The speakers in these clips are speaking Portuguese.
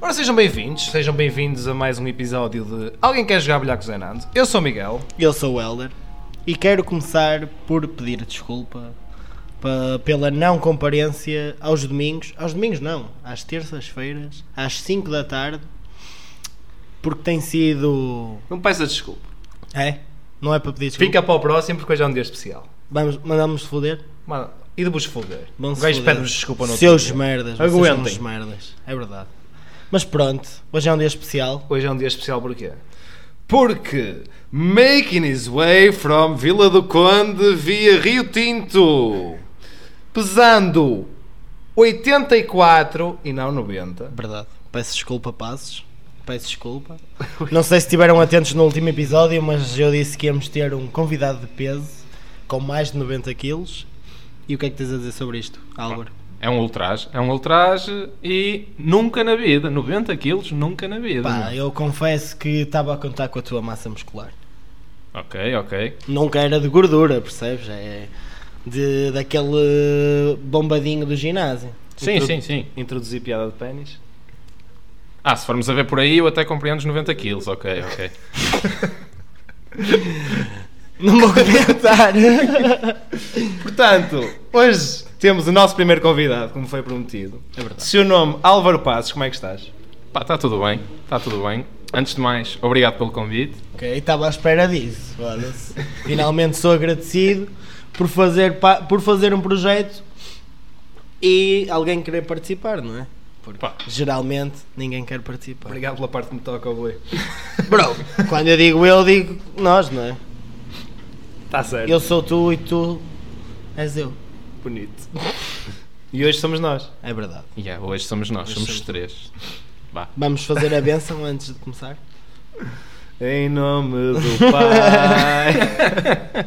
Ora, sejam bem-vindos, sejam bem-vindos a mais um episódio de Alguém Quer Jogar Bilhacos Zenando. Eu sou o Miguel. Eu sou o Helder e quero começar por pedir desculpa pa- pela não comparência aos domingos, aos domingos não, às terças-feiras, às 5 da tarde, porque tem sido. Não peço desculpa. É? Não é para pedir desculpa. Fica para o próximo porque hoje é um dia especial. Vamos, mandamos foder. Mano, e de vos foder. O Vão-se gajo foder. pede-vos desculpa no outro Seus dia. merdas, vocês são Aguentem. uns merdas, é verdade. Mas pronto, hoje é um dia especial. Hoje é um dia especial porquê? Porque Making His Way from Vila do Conde via Rio Tinto, pesando 84 e não 90. Verdade. Peço desculpa, Passos. Peço desculpa. Não sei se estiveram atentos no último episódio, mas eu disse que íamos ter um convidado de peso com mais de 90 quilos. E o que é que tens a dizer sobre isto, Álvaro? É um ultraje, é um ultraje e nunca na vida, 90 quilos, nunca na vida. Pá, eu confesso que estava a contar com a tua massa muscular. Ok, ok. Nunca era de gordura, percebes? É de, daquele bombadinho do ginásio. Sim, Introdu- sim, sim. Introduzir piada de pênis. Ah, se formos a ver por aí, eu até compreendo os 90 quilos, ok, ok. Não vou comentar. Portanto, hoje temos o nosso primeiro convidado, como foi prometido. É verdade. Seu nome, Álvaro Passos, como é que estás? Pá, está tudo bem, está tudo bem. Antes de mais, obrigado pelo convite. Ok, estava à espera disso. foda-se. Finalmente sou agradecido por fazer, pa- por fazer um projeto e alguém querer participar, não é? Porque Pá. geralmente ninguém quer participar. Obrigado pela parte que me toca, Boi. Bro, quando eu digo eu, digo nós, não é? Tá Está certo. Eu sou tu e tu és eu. Bonito. E hoje somos nós. É verdade. E yeah, hoje somos nós, Hoje somos somos- três. Vá. Vamos fazer a benção antes de começar? Em nome do Pai.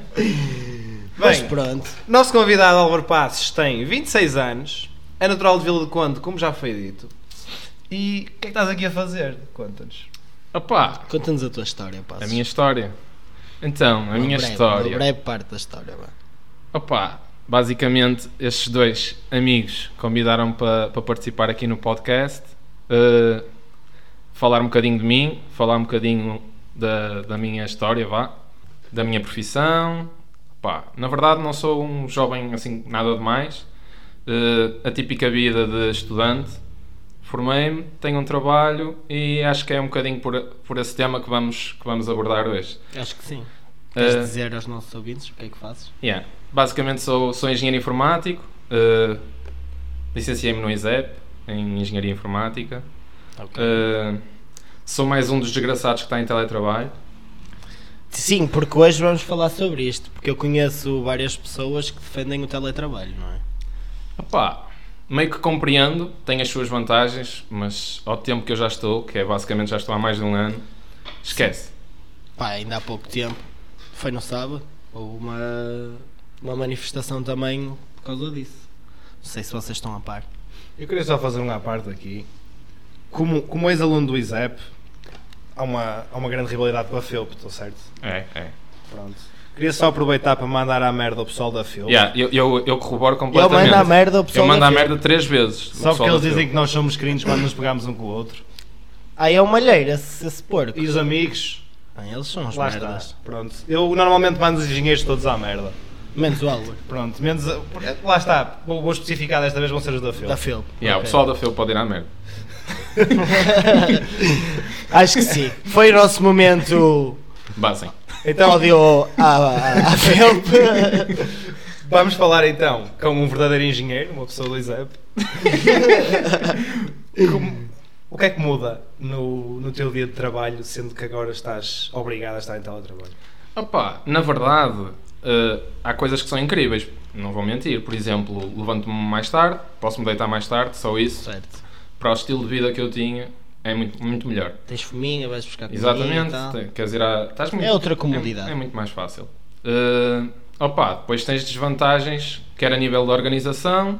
Mas Bem, pronto. nosso convidado Álvaro Passos tem 26 anos, é natural de Vila do Conde, como já foi dito. E o que é que estás aqui a fazer? Conta-nos. Opá, Conta-nos a tua história, Passos. a minha história. Então, a Uma minha breve- história. Uma breve parte da história, vá. Opa, basicamente estes dois amigos convidaram para para participar aqui no podcast, eh, falar um bocadinho de mim, falar um bocadinho da, da minha história, vá, da minha profissão. Pá, na verdade não sou um jovem assim nada demais, Eh, a típica vida de estudante. Formei-me, tenho um trabalho e acho que é um bocadinho por, por esse tema que vamos, que vamos abordar hoje. Acho que sim. Queres Eh, dizer aos nossos ouvintes o que é que fazes? Yeah. Basicamente sou, sou engenheiro informático, eh, licenciei-me no ISEP, em Engenharia Informática. Eh, sou mais um dos desgraçados que está em teletrabalho. Sim, porque hoje vamos falar sobre isto, porque eu conheço várias pessoas que defendem o teletrabalho, não é? Opá, meio que compreendo, tem as suas vantagens, mas ao tempo que eu já estou, que é basicamente já estou há mais de um ano, esquece. Pá, ainda há pouco tempo, foi no sábado, houve uma, uma manifestação também por causa disso. Não sei se vocês estão a par. Eu queria só fazer uma à parte aqui. Como, como ex-aluno do ISEP, há uma, há uma grande rivalidade com a FEUP, estou certo? É, é. Pronto. Queria só aproveitar para mandar à merda o pessoal da FEUP. Yeah, eu, eu, eu corroboro Eu completamente. mando a merda o pessoal. Eu mando da à fila. merda três vezes. o Só pessoal porque eles da dizem Phil. que nós somos queridos quando nos pegamos um com o outro. Ah, é o malheiro, esse, esse porco. E os amigos, Ah, eles são os lá merdas. está. Pronto. Eu normalmente mando os engenheiros todos à merda. Menos o Álvaro, Pronto, menos. a- porque- Lá está. Vou, vou especificar desta vez, vão ser os da FEUP. da Phil. Yeah, é, O Tá Ok. pessoal da FEU pode ir à merda. Acho que sim. Foi o nosso momento Vá, sim. Então, ódio à, à, à Phil. vamos falar então com um verdadeiro engenheiro, uma pessoa do ISEP. Como- o que é que muda no, no teu dia de trabalho, sendo que agora estás obrigado a estar em teletrabalho? Opa, na verdade, eh, há coisas que são incríveis, não vou mentir. Por exemplo, levanto-me mais tarde, posso-me deitar mais tarde, só isso. Certo. Para o estilo de vida que eu tinha, é muito, muito melhor. Tens fominha, vais buscar comida e Exatamente, tal. te- queres ir à. estás muito- É outra comodidade. É, é muito mais fácil. Eh, opa, depois tens desvantagens, quer a nível de organização,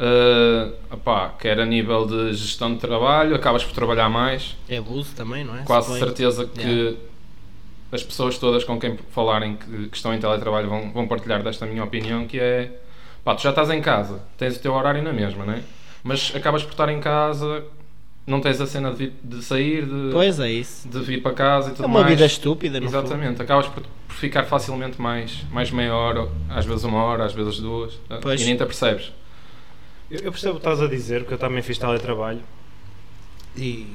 eh, opa, quer a nível de gestão de trabalho, acabas por trabalhar mais. É abuso também, não é? quase Suponho. certeza que Yeah. as pessoas todas com quem falarem que, que estão em teletrabalho vão, vão partilhar desta minha opinião que é pá, tu já estás em casa, tens o teu horário na mesma, não é? Mas acabas por estar em casa não tens a cena de, vir- de sair, de, Pois é isso. de vir para casa e tudo É uma mais. vida estúpida, no Exatamente, acabas por, por ficar facilmente mais, mais meia hora, às vezes uma hora, às vezes duas, Pois. e nem te apercebes. Eu, eu percebo o que estás a dizer, porque eu também fiz teletrabalho. E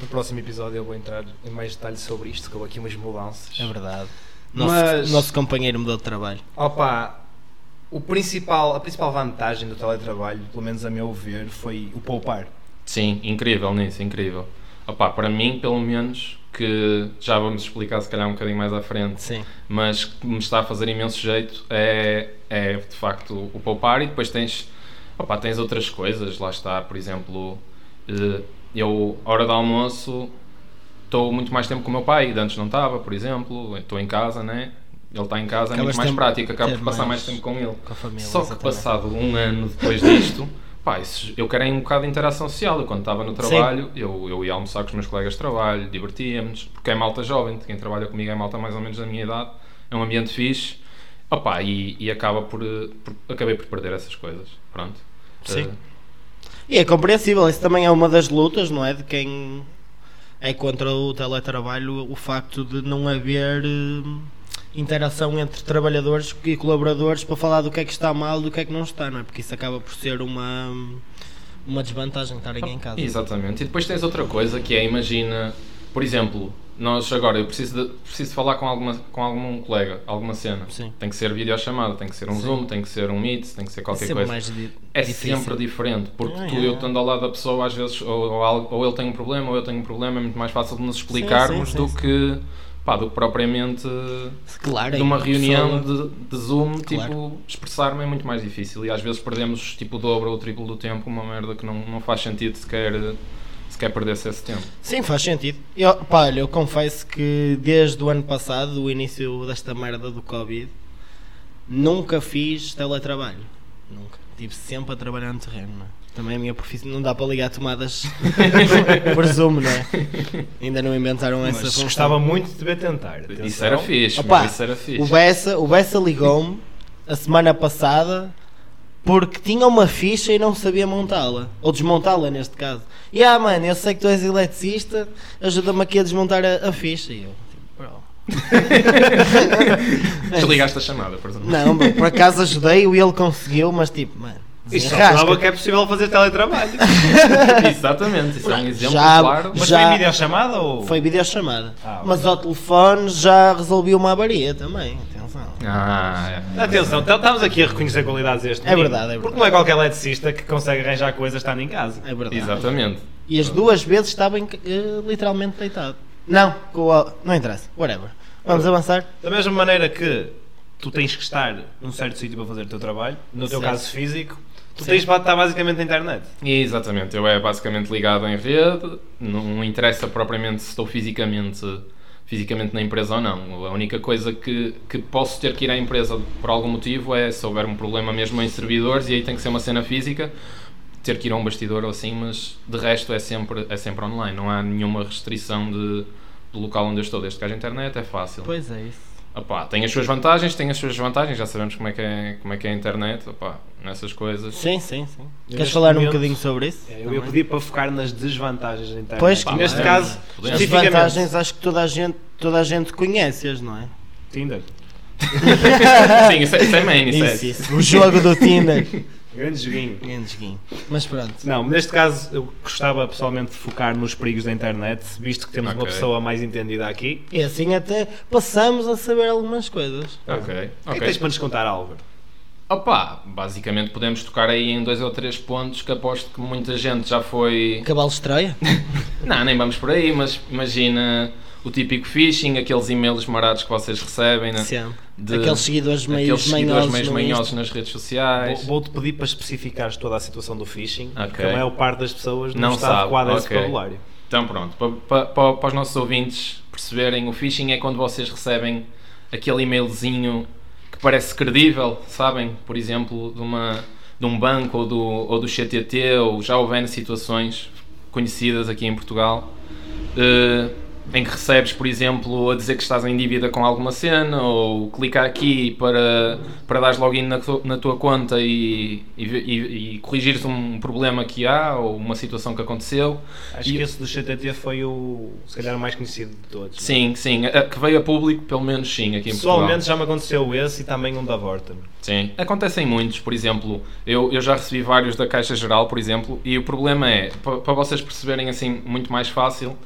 no próximo episódio eu vou entrar em mais detalhes sobre isto, que houve aqui umas mudanças. fundo. É verdade. Nosso, Mas- nosso companheiro mudou de trabalho. Opa, o principal, a principal vantagem do teletrabalho, pelo menos a meu ver, foi o poupar. Sim, incrível nisso, incrível. Opa, para mim, pelo menos, que já vamos explicar se calhar um bocadinho mais à frente, Sim. mas que me está a fazer imenso jeito é, é de facto o poupar e depois tens, opa, tens outras coisas, lá está, por exemplo, eh, eu, à hora do almoço, estou muito mais tempo com o meu pai, de antes não estava, por exemplo, estou em casa, né? Ele está em casa, é Acabas muito mais tempo- prático, acabo ter por passar mais mais- tempo com ele. Com a família. Só que exatamente. passado um ano depois disto, pá, isso- eu quero um bocado de interação social. Eu, quando estava no trabalho, eu, eu ia almoçar com os meus colegas de trabalho, divertíamos, porque é malta jovem, quem trabalha comigo é malta mais ou menos da minha idade, é um ambiente fixe, opá, e, e acaba por, eh, por- acabei por perder essas coisas, pronto. Sim. Eh, E é compreensível, isso também é uma das lutas, não é? De quem é contra o teletrabalho, o facto de não haver hum, interação entre trabalhadores e colaboradores para falar do que é que está mal e do que é que não está, não é? Porque isso acaba por ser uma, uma desvantagem estarem em casa. Exatamente. E depois tens outra coisa que é, imagina, por exemplo, nós agora, eu preciso, de- preciso falar com, alguma, com algum colega, alguma cena. Sim. Tem que ser videochamada, tem que ser um Zoom, tem que ser um Meet, tem que ser É qualquer sempre coisa. mais di- É difícil. sempre diferente, porque Ah, tu, é. eu estando ao lado da pessoa, às vezes, ou, ou, algo- ou ele tem um problema, ou eu tenho um problema, é muito mais fácil de nos explicarmos sim, do, sim. que, pá, do que propriamente Claro, de uma é uma reunião pessoa- de, de Zoom, Claro. tipo, expressar-me é muito mais difícil e às vezes perdemos tipo o dobro ou o triplo do tempo, uma merda que não, não faz sentido sequer, sequer perdesse esse tempo. Sim, faz sentido. Eu, pá, olha, eu confesso que desde o ano passado, o início desta merda do Covid, nunca fiz teletrabalho. Nunca. Estive sempre a trabalhar no terreno, não é? Também a minha profissão não dá para ligar tomadas por Zoom, não é? Ainda não inventaram essa Mas função. gostava muito de ver tentar. atenção. Isso era fixe, Opa, meu, isso era O fixe. Bessa, o Bessa ligou-me a semana passada porque tinha uma ficha e não sabia montá-la. Ou desmontá-la, neste caso. E ah, mano, eu sei que tu és eletricista, ajuda-me aqui a desmontar a, a ficha. E eu, tipo, bro. Desligaste a chamada, por exemplo. Não, bro, por acaso ajudei-o e ele conseguiu, mas tipo, mano, Isto só prova desenrasca. que é possível fazer teletrabalho. Exatamente, isso é um exemplo Já- claro. Mas Já- foi em videochamada ou? Foi videochamada. Ah, ok. mas ao telefone já resolvi uma avaria também. Atenção. Ah, é. Atenção, então estamos aqui a reconhecer qualidades deste É menino, verdade, é Porque verdade. não é qualquer eletricista que consegue arranjar coisas estando em casa. É verdade. Exatamente. E as duas vezes estava em ca- eh, literalmente deitado. Não, com o- não interessa. Whatever. Vamos avançar? Da mesma maneira que tu tens que estar num certo sítio para fazer o teu trabalho, no teu Certo. caso físico, tu Sim. tens para estar basicamente na internet. E, Exatamente, eu é basicamente ligado em rede, não interessa propriamente se estou fisicamente, fisicamente na empresa ou não. A única coisa que, que posso ter que ir à empresa por algum motivo é se houver um problema mesmo em servidores e aí tem que ser uma cena física, ter que ir a um bastidor ou assim, mas de resto é sempre, é sempre online, não há nenhuma restrição de, do local onde eu estou, desde que haja internet é fácil. Pois é isso. Opá, tem as suas vantagens, tem as suas desvantagens, já sabemos como é que é, como é, que é a internet, opá, nessas coisas. Sim, sim, sim. Eu Queres neste falar um momento- bocadinho sobre isso? É, É, Eu ia pedir para focar nas desvantagens da internet. Pois, E claro. neste caso, Podemos. As especificamente, vantagens acho que toda a gente, toda a gente conhece-as, não é? Tinder. Sim, isso é, isso é main, isso, é. isso. O jogo do Tinder. Grande joguinho. Grande joguinho. Mas pronto. Não, neste caso eu gostava pessoalmente de focar nos perigos da internet, visto que temos uma Ok. pessoa mais entendida aqui. E assim até passamos a saber algumas coisas. O Ok, que é que ok. tens para nos contar, Álvaro? Opa, basicamente podemos tocar aí em dois ou três pontos que aposto que muita gente já foi. Cabalo de Troia? Não, nem vamos por aí, mas imagina o típico phishing, aqueles e-mails marados que vocês recebem, né? Sempre. De- Aqueles seguidores meio aqueles seguidores manhosos. meios no Insta. manhosos nas redes sociais. Vou- Vou-te pedir para especificares toda a situação do phishing, Ok. porque a maior parte das pessoas não, Não está sabe, adequada a esse ok. vocabulário. Então pronto, pa- pa- pa- para, os nossos ouvintes perceberem, o phishing é quando vocês recebem aquele e-mailzinho que parece credível, sabem? Por exemplo, de, uma, de um banco ou do, ou do CTT, ou já houve N situações conhecidas aqui em Portugal, eh, em que recebes, por exemplo, a dizer que estás em dívida com alguma cena ou clicar aqui para, para dares login na, tu- na tua conta e, e, e- e corrigires um problema que há ou uma situação que aconteceu. Acho E- que esse do CTT foi o, se calhar, o mais conhecido de todos. não é? Sim, sim, a- que veio a público, pelo menos sim, aqui em Portugal. Pessoalmente já me aconteceu esse e também um da Vorten. Sim. Acontecem muitos, por exemplo, eu, eu já recebi vários da Caixa Geral, por exemplo, e o problema é, pa- para vocês perceberem assim muito mais fácil,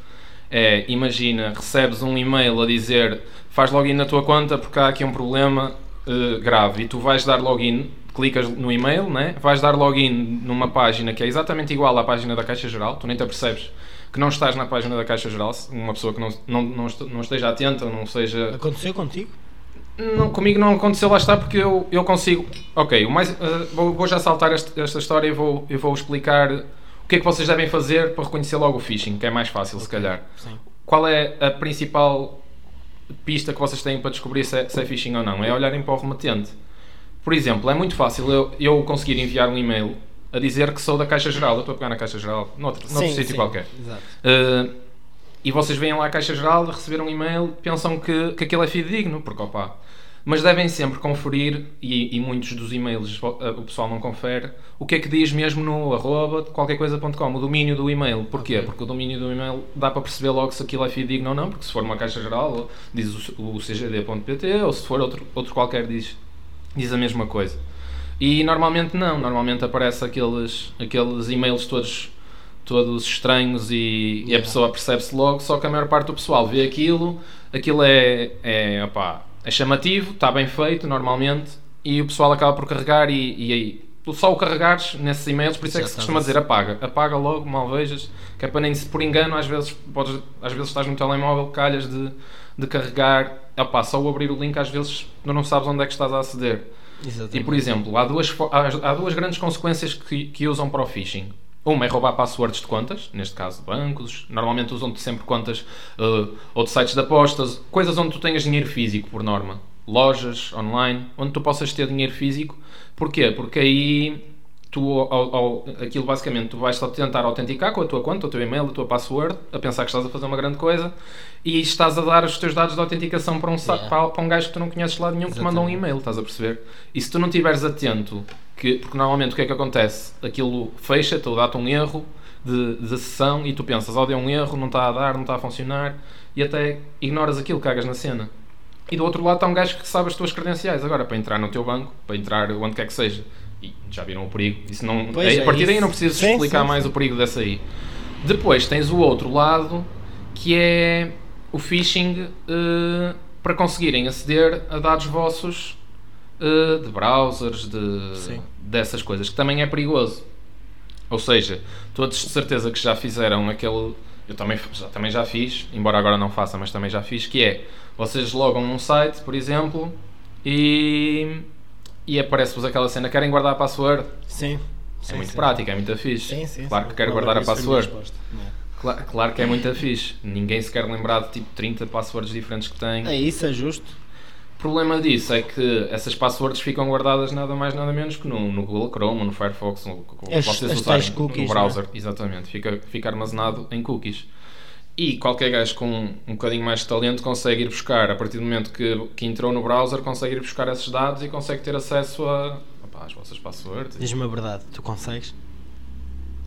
é, imagina, recebes um e-mail a dizer faz login na tua conta porque há aqui um problema eh, grave e tu vais dar login, clicas no e-mail, né? vais dar login numa página que é exatamente igual à página da Caixa Geral, tu nem te apercebes que não estás na página da Caixa Geral, se uma pessoa que não, não, não este- não esteja atenta, não seja Aconteceu contigo? não, comigo não aconteceu, lá está, porque eu, eu consigo. Ok, o mais, eh, vou, vou já saltar este- esta história e vou, eu vou explicar o que é que vocês devem fazer para reconhecer logo o phishing, que é mais fácil, se calhar. Sim. Qual é a principal pista que vocês têm para descobrir se é, se é phishing ou não? É olharem para o remetente. Por exemplo, é muito fácil eu, eu conseguir enviar um e-mail a dizer que sou da Caixa Geral, eu estou a pegar na Caixa Geral, noutro, noutro Sim, sítio sim, qualquer. Exato. Uh, e vocês vêm lá à Caixa Geral, receberam um e-mail, pensam que, que aquilo é fidedigno, porque opá. Mas devem sempre conferir, e, e muitos dos e-mails vo- uh, o pessoal não confere, o que é que diz mesmo no arroba qualquer coisa.com, o domínio do e-mail. Porquê? Porque o domínio do e-mail dá para perceber logo se aquilo é fidedigno ou não, porque se for uma Caixa Geral diz o, o cgd.pt ou se for outro, outro qualquer diz, diz a mesma coisa. E normalmente não, normalmente aparece aqueles, aqueles e-mails todos todos estranhos e, e a pessoa percebe-se logo, só que a maior parte do pessoal vê aquilo, aquilo é, é, opá, é chamativo, está bem feito normalmente, e o pessoal acaba por carregar e, e aí tu só o carregares nesses e-mails, por isso é Já que se estás costuma a- dizer apaga, apaga logo, mal vejas, que é para nem se por engano, às vezes podes, às vezes estás no telemóvel, calhas de, de carregar, opá, só o abrir o link às vezes tu não sabes onde é que estás a aceder. E por exemplo, há duas, fo- há, há duas grandes consequências que, que usam para o phishing. Uma é roubar passwords de contas, neste caso de bancos, normalmente usam-te sempre contas eh, ou de sites de apostas, coisas onde tu tenhas dinheiro físico por norma. Lojas, online, onde tu possas ter dinheiro físico. Porquê? Porque aí tu, ao- ao- aquilo basicamente, tu vais só tentar autenticar com a tua conta, o teu e-mail, a tua password, a pensar que estás a fazer uma grande coisa e estás a dar os teus dados de autenticação para um, sa- Yeah. para, para um gajo que tu não conheces de lado nenhum que te manda um É. Exatamente. e-mail, estás a perceber? E se tu não estiveres atento, que, porque normalmente o que é que acontece? Aquilo fecha-te ou dá-te um erro de, de sessão e tu pensas, oh, deu um erro, não está a dar, não está a funcionar e até ignoras aquilo, cagas na cena. E do outro lado está um gajo que sabe as tuas credenciais agora para entrar no teu banco, para entrar onde quer que seja. E já viram o perigo. Isso não, Pois aí, a é, partir daí isso. não precisas Sim, explicar sim, mais o perigo dessa aí. Depois tens o outro lado que é o phishing eh, para conseguirem aceder a dados vossos eh, de browsers, de, Sim. dessas coisas, que também é perigoso. Ou seja, todos de certeza que já fizeram aquele. Eu também, f- já, também já fiz, embora agora não faça, mas também já fiz, que é vocês logam num site, por exemplo, e, e aparece-vos aquela cena, querem guardar a password? Sim. é muito prático, é muito fixe. Sim, sim, claro sim. que quero Não, guardar a isso é minha password. resposta. Cla- claro que é muito fixe. Ninguém se quer lembrar de tipo 30 passwords diferentes que tem. É isso, é justo. O problema disso é que essas passwords ficam guardadas nada mais nada menos que no, no Google Chrome, no Firefox, no, no, As- vocês as usarem, tais cookies, é? no browser. Exatamente, fica, fica armazenado em cookies. E qualquer gajo com um bocadinho mais de talento consegue ir buscar, a partir do momento que, que entrou no browser, consegue ir buscar esses dados e consegue ter acesso a, opá, às vossas passwords. Diz-me a verdade, tu consegues?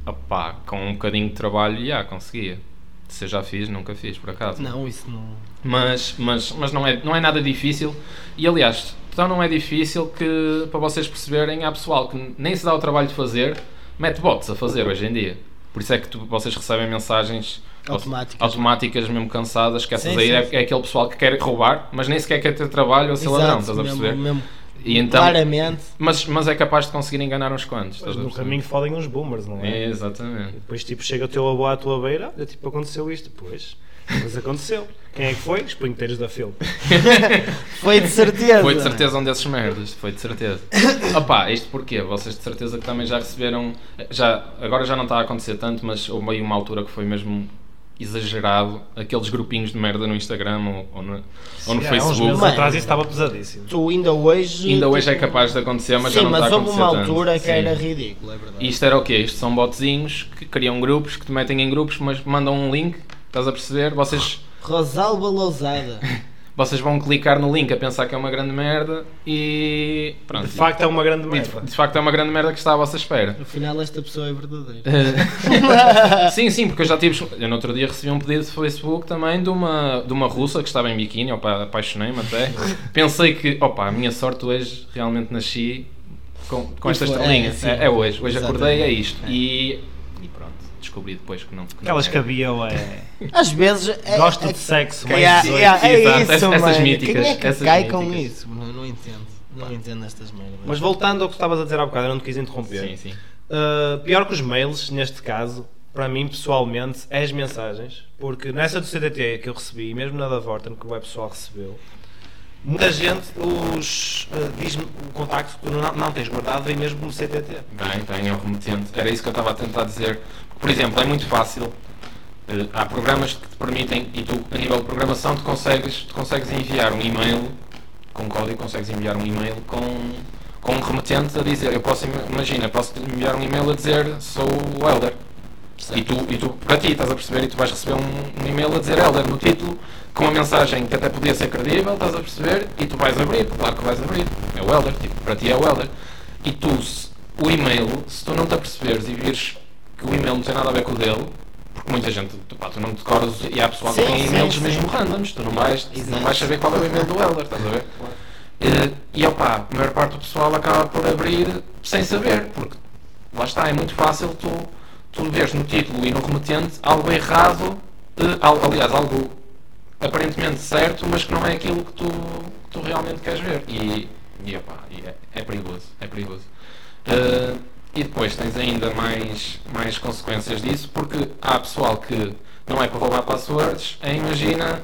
Opá, com um bocadinho de trabalho, já conseguia. Se eu já fiz, nunca fiz, por acaso. Não, isso não. Mas, mas, mas não, é, não é nada difícil. E aliás, então não é difícil que, para vocês perceberem, há pessoal que nem se dá o trabalho de fazer, mete bots a fazer hoje em dia. Por isso é que tu- vocês recebem mensagens Automáticas. automáticas, mesmo cansadas, que essas Sim, aí sim, é, sim. é aquele pessoal que quer roubar, mas nem sequer quer ter trabalho ou ser ladrão, estás a mesmo- perceber? mesmo E então, Claramente. mas, mas é capaz de conseguir enganar uns Mas quantos. Estás a no perceber? caminho fodem uns boomers, não é? Exatamente. Depois tipo chega o teu avô à tua beira, olha, tipo aconteceu isto, pois. Mas aconteceu. Quem é que foi? Os punheteiros da Phil. Foi de certeza. Foi de certeza um desses merdas, foi de certeza. Opa, isto porquê? Vocês de certeza que também já receberam. Já, agora já não está a acontecer tanto, mas houve meio uma altura que foi mesmo exagerado aqueles grupinhos de merda no Instagram ou, ou no, ou no Já, Há é, uns meses Facebook. Mano. atrás isso estava pesadíssimo. Tu ainda hoje. Ainda hoje é tipo, capaz de acontecer, mas já Sim, não tá está mas a houve acontecer uma altura tanto. que Sim. era ridículo, é verdade. Isto era o quê? Isto são botzinhos que criam grupos, que te metem em grupos, mas mandam um link, estás a perceber? Vocês Rosalba Lousada. Vocês vão clicar no link a pensar que é uma grande merda e. Pronto. De facto é uma grande E merda. de- de facto é uma grande merda que está à vossa espera. Afinal, esta pessoa é verdadeira. Eh, sim, sim, porque eu já tive. Eu no outro dia recebi um pedido de Facebook também de uma, de uma russa que estava em biquíni, opa, apaixonei-me até. Pensei que, opa, a minha sorte hoje realmente nasci com, com esta Isso é, estrelinha. sim. É, é hoje, hoje Exatamente. acordei, é isto. E, e pronto, descobri depois que não. Que não Aquelas que era. haviam é. Às vezes. É, Gosto é, de sexo, é, mais é, 18. é, é Exato, isso, essas- essas mano. míticas, Quem é que essas cai com míticas. isso? Não, não entendo. Não entendo estas merdas. Mas voltando ao que estavas a dizer há bocado, eu não te quis interromper. Sim, sim. Uh, pior que os mails, neste caso, para mim pessoalmente, é as mensagens. Porque nessa do CDT que eu recebi, e mesmo na da Vorten que o web pessoal recebeu, muita gente os, uh, diz-me o contacto que tu não, não tens guardado vem mesmo no CTT. Bem, bem, é o remetente. Era isso que eu estava a tentar dizer. Por exemplo, é muito fácil. Eh, Há programas que te permitem, e tu, a nível de programação, tu consegues, tu consegues enviar um e-mail com código, consegues enviar um e-mail com, com um remetente a dizer. Eu posso, im- imagina, posso te enviar um e-mail a dizer sou o Elder. E tu, e tu, para ti, estás a perceber, e tu vais receber um, um e-mail a dizer Elder no título, com uma mensagem que até podia ser credível, estás a perceber, e tu vais abrir, claro que vais abrir. É o Elder, tipo, para ti é o Elder. E tu, se- o e-mail, se tu não te aperceberes e vires que o e-mail não tem nada a ver com o dele, porque muita gente, tu, pá, tu não decoras, os- e há pessoal que Sim, tem sim, e-mails sim. mesmo randoms, tu não vais, não Exato. vais saber qual é o e-mail do Elder, estás a ver? Eh, E, opá, a maior parte do pessoal acaba por abrir sem saber, porque lá está, é muito fácil tu, tu veres no título e no remetente algo errado, eh, al- aliás, algo aparentemente certo, mas que não é aquilo que tu, que tu realmente queres ver. E, e, opá, e é, é perigoso, é perigoso. Eh, e depois tens ainda mais, mais consequências disso, porque há pessoal que não é para roubar passwords, é, imagina,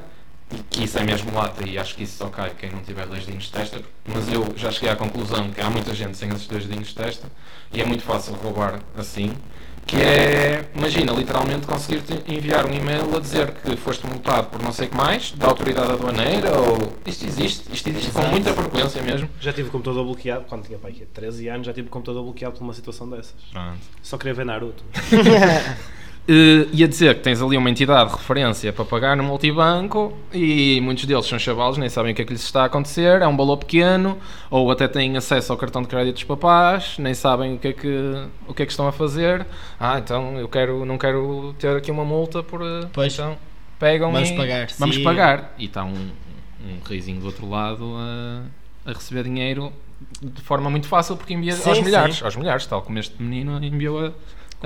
e que isso é mesmo lata, e acho que isso só cai quem não tiver dois dinhos de testa, mas eu já cheguei à conclusão que há muita gente sem esses dois dinhos de testa, e é muito fácil roubar assim, que é, imagina, literalmente conseguir-te enviar um e-mail a dizer que foste multado por não sei o que mais, da autoridade aduaneira, ou... Isto existe, isto existe com Exato. muita frequência mesmo. Já tive o computador bloqueado, quando tinha pai, 13 anos, já tive o computador bloqueado por uma situação dessas. Só queria ver Naruto. Eh, e a dizer que tens ali uma entidade de referência para pagar no multibanco e muitos deles são chavalos, nem sabem o que é que lhes está a acontecer, é um valor pequeno, ou até têm acesso ao cartão de crédito dos papás, nem sabem o que é que, o que, é que estão a fazer. Ah, então eu quero, não quero ter aqui uma multa por. eh, Pois. Então pegam Vamos e- pagar, Vamos sim. pagar. E está um, um reizinho do outro lado a, a receber dinheiro de forma muito fácil porque envia Sim, aos sim. milhares, aos milhares, tal como este menino enviou a. a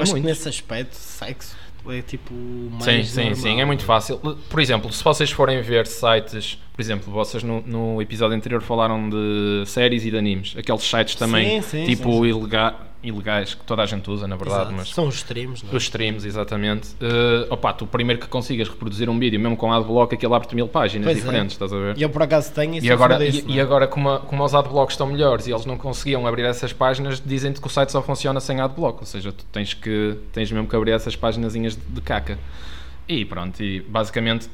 Acho que muitos. nesse aspecto, sexo é tipo mais. Sim, sim, normal. sim, é muito fácil. Por exemplo, se vocês forem ver sites, por exemplo, vocês no, no episódio anterior falaram de séries e de animes, aqueles sites também Sim, sim, tipo sim, ilega- ilegais que toda a gente usa, na verdade, Exato. mas São os extremos, não é? os streams, exatamente. Eh, opa, tu primeiro que consigas reproduzir um vídeo, mesmo com adblock, aquilo abre-te mil páginas Pois é. diferentes, estás a ver? E eu por acaso tenho isso. E agora, e, é? e agora como, a- como os adblocks estão melhores e eles não conseguiam abrir essas páginas, dizem-te que o site só funciona sem adblock, ou seja, tu tens, que, tens mesmo que abrir essas paginazinhas de, de caca. E pronto, e basicamente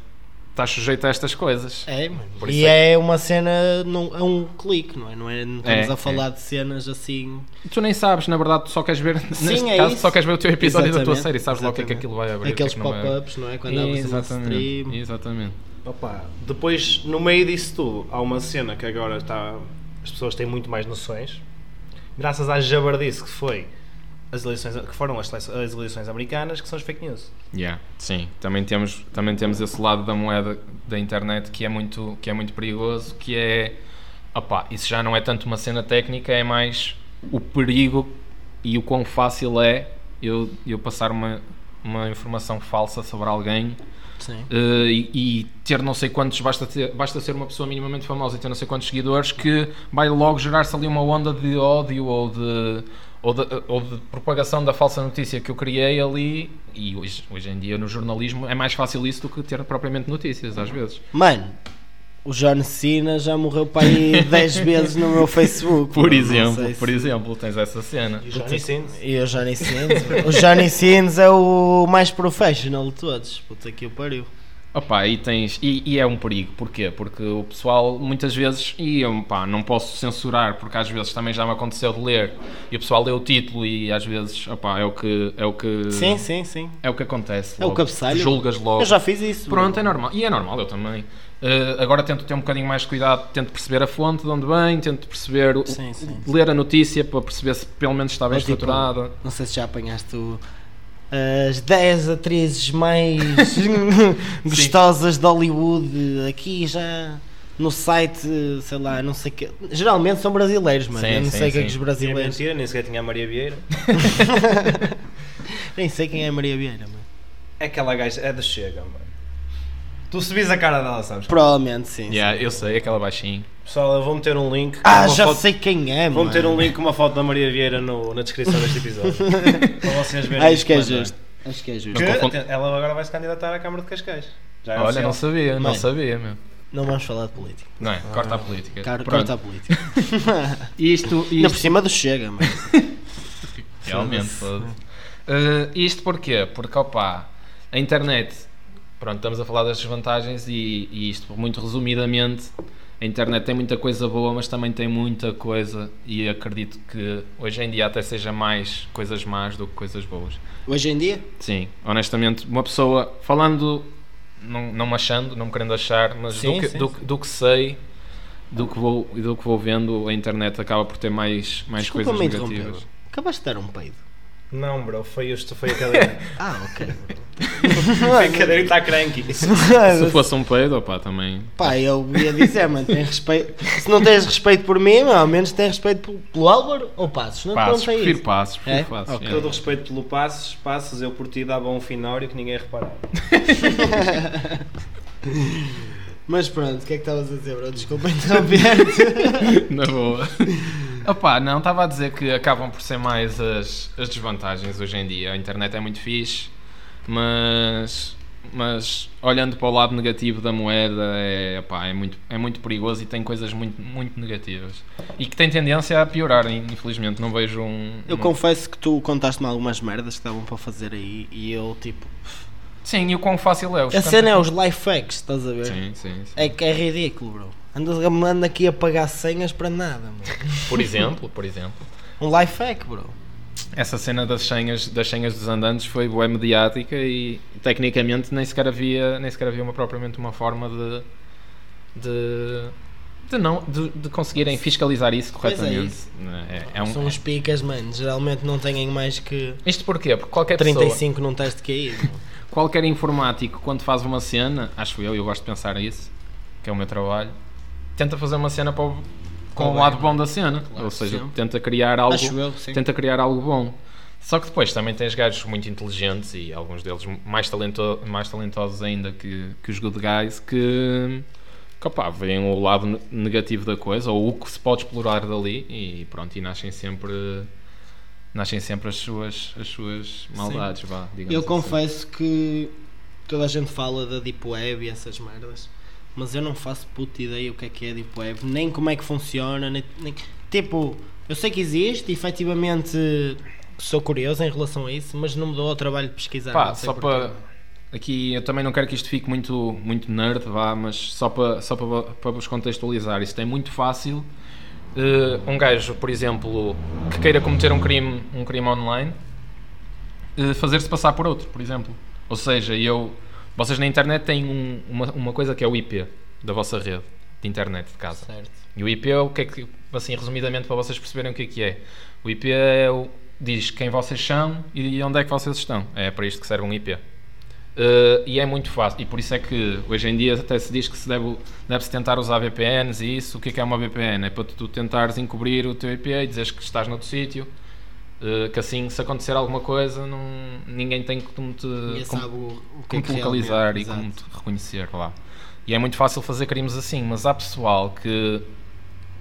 estás sujeito a estas coisas. É, mano. Por E isso é uma cena, num, é um clique, não é? Não, é, não estamos É, a falar de cenas assim. Tu nem sabes, na verdade, tu só queres ver, neste é caso, isso. só queres ver o teu episódio da tua Exatamente, série, sabes logo o que é que exatamente. aquilo vai abrir. o que é Aqueles que não vai abrir. pop-ups, não é? Quando abres uma stream. Exatamente, exatamente. Opa, depois, no meio disso tudo, há uma cena que agora está. As pessoas têm muito mais noções. Graças à jabardice que foi as eleições, que foram as, sele- as eleições americanas, que são as fake news. Yeah, sim, também temos, também temos esse lado da moeda da internet que é muito, que é muito perigoso, que é, opá, isso já não é tanto uma cena técnica, é mais o perigo e o quão fácil é eu, eu passar uma, uma informação falsa sobre alguém Sim. eh, e, e ter não sei quantos, basta, ter- basta ser uma pessoa minimamente famosa e ter não sei quantos seguidores que vai logo gerar-se ali uma onda de ódio ou de, ou, de, ou de propagação da falsa notícia que eu criei ali. E hoje, hoje em dia no jornalismo é mais fácil isso do que ter propriamente notícias, às vezes. Mano, o John Cena já morreu para aí 10 vezes no meu Facebook. Por mano, não exemplo, sei por se- exemplo, tens essa cena. E o Johnny Sins. E o Johnny é Sins? o Johnny Sins é o mais professional de todos. Puta que o pariu. Opa, aí tens. E, e é um perigo, porquê? Porque o pessoal muitas vezes. E eu, pá, não posso censurar, porque às vezes também já me aconteceu de ler. E o pessoal lê o título e às vezes. Opa, é o que. É o que Sim, sim, sim. É o que acontece. É o logo. cabeçalho. Julgas logo. Eu já fiz isso. Pronto, é normal. E é normal, eu também. Eh, agora tento ter um bocadinho mais cuidado, tento perceber a fonte de onde vem, tento perceber, o- Sim, sim. ler a notícia para perceber se pelo menos está bem Mas, tipo, estruturada. Não sei se já apanhaste o- as 10 atrizes mais gostosas de Hollywood aqui já no site, sei lá, não sei que. Geralmente são brasileiros, mano. Sim, Eu não sim, sei quem sim. que os É brasileiros. mentira, nem sequer tinha a Maria Vieira. Nem sei quem é a Maria Vieira, mano. É aquela gaja, é do Chega, mano. Tu se vis a cara dela, sabes? Provavelmente sim. sim. Yeah, eu sei, aquela baixinha. Pessoal, eu vou meter um link. com Ah, uma já foto- sei quem é, Vou mano. meter um link com uma foto da Maria Vieira no- na descrição deste episódio. para vocês verem. Acho que é Mas, justo. Acho que é justo. Que, Não confundo- aten- ela agora vai se candidatar à Câmara de Cascais. Já é Olha, oficial. não sabia, não Bem. sabia, meu. Não vamos falar de política. Não é? Corta a política. Car- Pronto. Corta a política. Isto, Ainda por isto, cima do Chega, mano. realmente. foda-se. Eh, isto porquê? Porque, opá, a internet. Pronto, estamos a falar das desvantagens e, e isto, muito resumidamente, a internet tem muita coisa boa, mas também tem muita coisa, e acredito que hoje em dia até seja mais coisas más do que coisas boas. Hoje em dia? Sim, honestamente, uma pessoa falando, não, não me achando, não me querendo achar, mas Sim, do, que, sim, do, sim. que- do que sei, do que vou e do que vou vendo, a internet acaba por ter mais, mais coisas Desculpa-me interromper. negativas. Acabaste de dar um peido. Não, bro, foi isto, foi a cadeira. Ah, ok. foi a cadeira e está tá cranky. Se fosse um peido, opá, também. Pá, eu ia dizer, mano, tem respeito. Se não tens respeito por mim, mano, ao menos tens respeito pelo, pelo Álvaro ou Passos. Não, Passos, não tem prefiro isso. passos, prefiro É? passos. Ok. é. Todo o respeito pelo Passos, Passos, eu por ti dava um finório que ninguém reparava. Mas pronto, o que é que estavas a dizer, bro? Desculpa interromper-te. Na boa. Opá, não, estava a dizer que acabam por ser mais as, as desvantagens hoje em dia. A internet é muito fixe, mas, mas olhando para o lado negativo da moeda, é, opá, é, muito, é muito perigoso e tem coisas muito, muito negativas. E que tem tendência a piorar, infelizmente. Não vejo um. Eu um- confesso que tu contaste-me algumas merdas que estavam para fazer aí e eu, tipo. Sim, e o quão fácil é. Os A cena é os life hacks, estás a ver? Sim, sim, sim. É que é ridículo, bro. Andas anda aqui a pagar senhas para nada, mano. Por exemplo, por exemplo. Um life hack, bro. Essa cena das senhas, das senhas dos andantes foi boa mediática e tecnicamente nem sequer havia, nem sequer havia uma, propriamente uma forma de de, de não de, de conseguirem fiscalizar isso Pois é corretamente. isso. É, é um- São uns picas, mano. Geralmente não têm mais que Isto porquê? Porque qualquer pessoa, 35 num teste que é qualquer informático quando faz uma cena, acho eu, eu gosto de pensar isso, que é o meu trabalho, tenta fazer uma cena para o- com o lado bom da cena, ou seja, sempre. tenta criar algo Acho eu, sim. tenta criar algo bom. Só que depois também tens gajos muito inteligentes e alguns deles mais, talento, mais talentosos ainda que, que os good guys que, que opá, veem o lado ne- negativo da coisa ou o que se pode explorar dali e pronto, e nascem sempre nascem sempre as suas, as suas maldades, vá, digamos Eu assim. confesso que toda a gente fala da Deep Web e essas merdas, mas eu não faço puta ideia o que é que é Deep Web, nem como é que funciona, nem, nem- tipo, eu sei que existe, efetivamente sou curioso em relação a isso, mas não me dou ao trabalho de pesquisar. Pá, não sei só porquê. para. Aqui eu também não quero que isto fique muito, muito nerd, vá, mas só para, só para, para vos contextualizar, isto é muito fácil. eh, um gajo, por exemplo, que queira cometer um crime, um crime online, eh, fazer-se passar por outro, por exemplo. Ou seja, eu. Vocês na internet têm um- uma, uma coisa que é o IP da vossa rede de internet de casa. Certo. E o IP é o que é que, assim, resumidamente para vocês perceberem o que é que é. O IP é o, diz quem vocês são e onde é que vocês estão. É para isto que serve um IP. Eh, e é muito fácil. E por isso é que hoje em dia até se diz que se deve, deve-se tentar usar VPNs e isso. O que é que é uma VPN? É para tu tentares encobrir o teu IP e dizeres que estás noutro sítio. eh, que assim, se acontecer alguma coisa, não, ninguém tem como te, Ninguém como- sabe o, o que é como que te localizar realmente- eh, e como exato. te reconhecer lá. E é muito fácil fazer crimes assim, mas há pessoal que,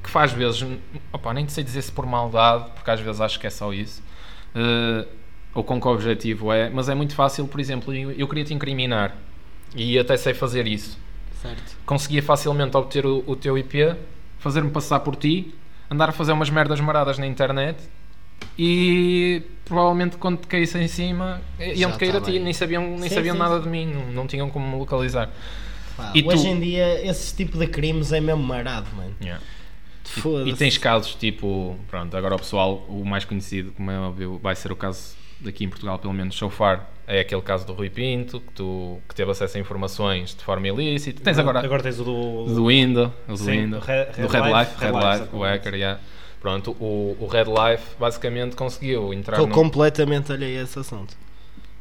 que faz vezes, opa, nem sei dizer se por maldade, porque às vezes acho que é só isso, eh, ou com que objetivo é, mas é muito fácil, por exemplo, eu, eu queria te incriminar e até sei fazer isso. Certo. Conseguia facilmente obter o, o teu IP, fazer-me passar por ti, andar a fazer umas merdas maradas na internet e provavelmente quando te caísse em cima eh, Já iam-te cair tá a ti, bem. nem sabiam, nem Sim, sabiam sim, nada sim. de mim, não, não tinham como me localizar. Pá, E hoje tu? em dia, esse tipo de crimes é mesmo marado, mano. Foda-se. E tens casos tipo, pronto, agora o pessoal, o mais conhecido, como é óbvio, vai ser o caso daqui em Portugal, pelo menos so far, é aquele caso do Rui Pinto, que, tu, que teve acesso a informações de forma ilícita. Tens agora, Agora tens o do. do Window, os Sim, Window, Re- do Red Red Life, Life, Red Red Life, Life, o exatamente. hacker, yeah. Pronto, o, o Red Life basicamente conseguiu entrar Estou no... completamente alheio a esse assunto.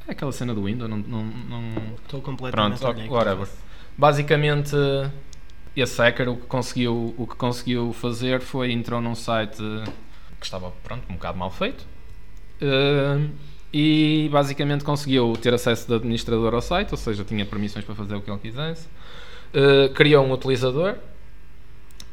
É aquela cena do Window, não... não, não- Estou completamente Pronto, alheio. whatever. Basicamente, esse hacker o que conseguiu, o que conseguiu fazer foi entrou num site que estava pronto, um bocado mal feito eh, e basicamente conseguiu ter acesso do administrador ao site, ou seja, tinha permissões para fazer o que ele quisesse, eh, criou um utilizador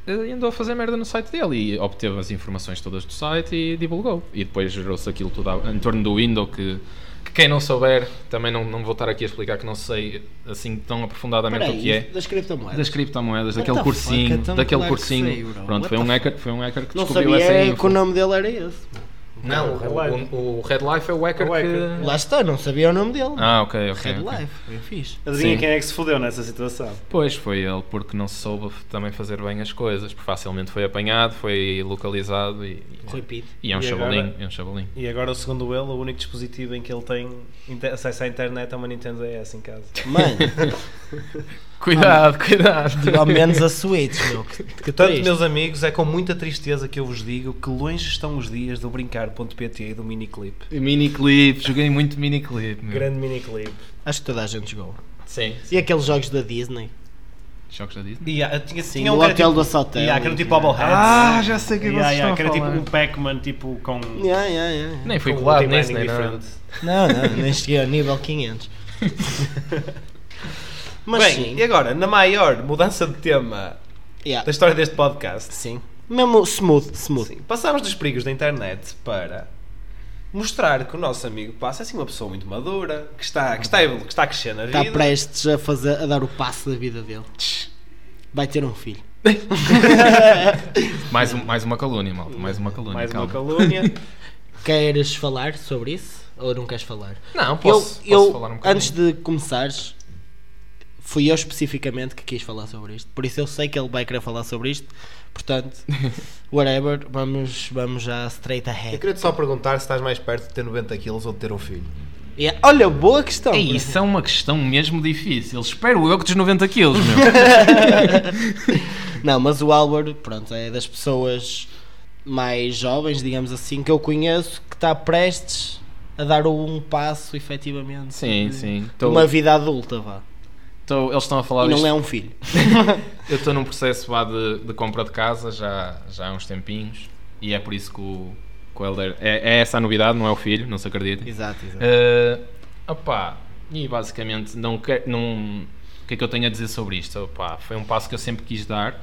eh, e andou a fazer merda no site dele e obteve as informações todas do site e divulgou. E depois gerou-se aquilo tudo ao- em torno do Windows que, que quem não souber, também não, não vou estar aqui a explicar que não sei assim tão aprofundadamente o que é. das criptomoedas. Das criptomoedas, What daquele the fuck, cursinho, então daquele claro que cursinho. sei, bro. Pronto, What foi the um, hacker, foi um hacker que Não descobriu sabia é essa era que info. o nome dele era esse. Não, o Red Life. o, o Red Life é o hacker hacker. que. Lá está, não sabia o nome dele. Ah, ok, ok. Red ok. Life, bem fixe. Sim. Adivinha quem é que se fodeu nessa situação? Pois foi ele, porque não soube f- também fazer bem as coisas, porque facilmente foi apanhado, foi localizado e, Rui Pinto. e é um E agora? chabolinho. É um chabolinho. E agora, segundo ele, o único dispositivo em que ele tem inte- acesso à internet é uma Nintendo ES em casa. Tipo Mano, Ah. Cuidado, cuidado. digo ao menos a Switch, meu. Que, que Portanto, triste. meus amigos, é com muita tristeza que eu vos digo que longe estão os dias do brincar.pt e do miniclip. Miniclip, joguei muito miniclip. meu. Grande miniclip. Acho que toda a gente jogou. Hum. Sim. E aqueles jogos da Disney? Jogos da Disney? E, ah, tinha, Sim, é tinha o um que era hotel tipo- do Sotel. e, ah, que era tipo Bobble Heads. já sei Yeah, yeah, que era tipo um Pac-Man tipo com. Yeah, yeah, yeah. Nem fui com um colado timing nisso, nem nada. diferente. Não, não, nem cheguei ao nível 500. Mas Bem, sim, e agora, na maior mudança de tema yeah, da história deste podcast, sim. Mesmo smooth, smooth. sim, passámos dos perigos da internet para mostrar que o nosso amigo Passo é assim uma pessoa muito madura, que está, que está, evolu- que está a crescer na Está vida. Tá prestes a, fazer, a dar o passo da vida dele. Vai ter um filho. Mais, um- mais uma calúnia, malta. Mais uma calúnia. Mais uma calma. calúnia. Queres falar sobre isso? Ou não queres falar? Não, posso, eu, posso eu, falar um bocadinho. antes de começares, fui eu especificamente que quis falar sobre isto. Por isso eu sei que ele vai querer falar sobre isto. Portanto, whatever, vamos, vamos já straight Eu ahead. queria-te só perguntar se estás mais perto de ter 90 quilos ou de ter um filho. Yeah, Olha, boa questão. Ei, por isso é uma questão mesmo difícil. Espero eu que dos 90 quilos, meu. Não, mas o Álvaro, pronto, é das pessoas mais jovens, digamos assim, que eu conheço, que está prestes a dar um passo, efetivamente. sim, de- sim. Então, de Uma vida adulta, vá. Tô- eles estão a falar e não disto. é um filho. Eu estou num processo vá, de, de compra de casa já, já há uns tempinhos e é por isso que o, que o Elder. É, é essa a novidade, não é o filho, não se acredita. Exato, exato. Uh, opá, e basicamente não quer, não, o que é que eu tenho a dizer sobre isto? Opá, foi um passo que eu sempre quis dar.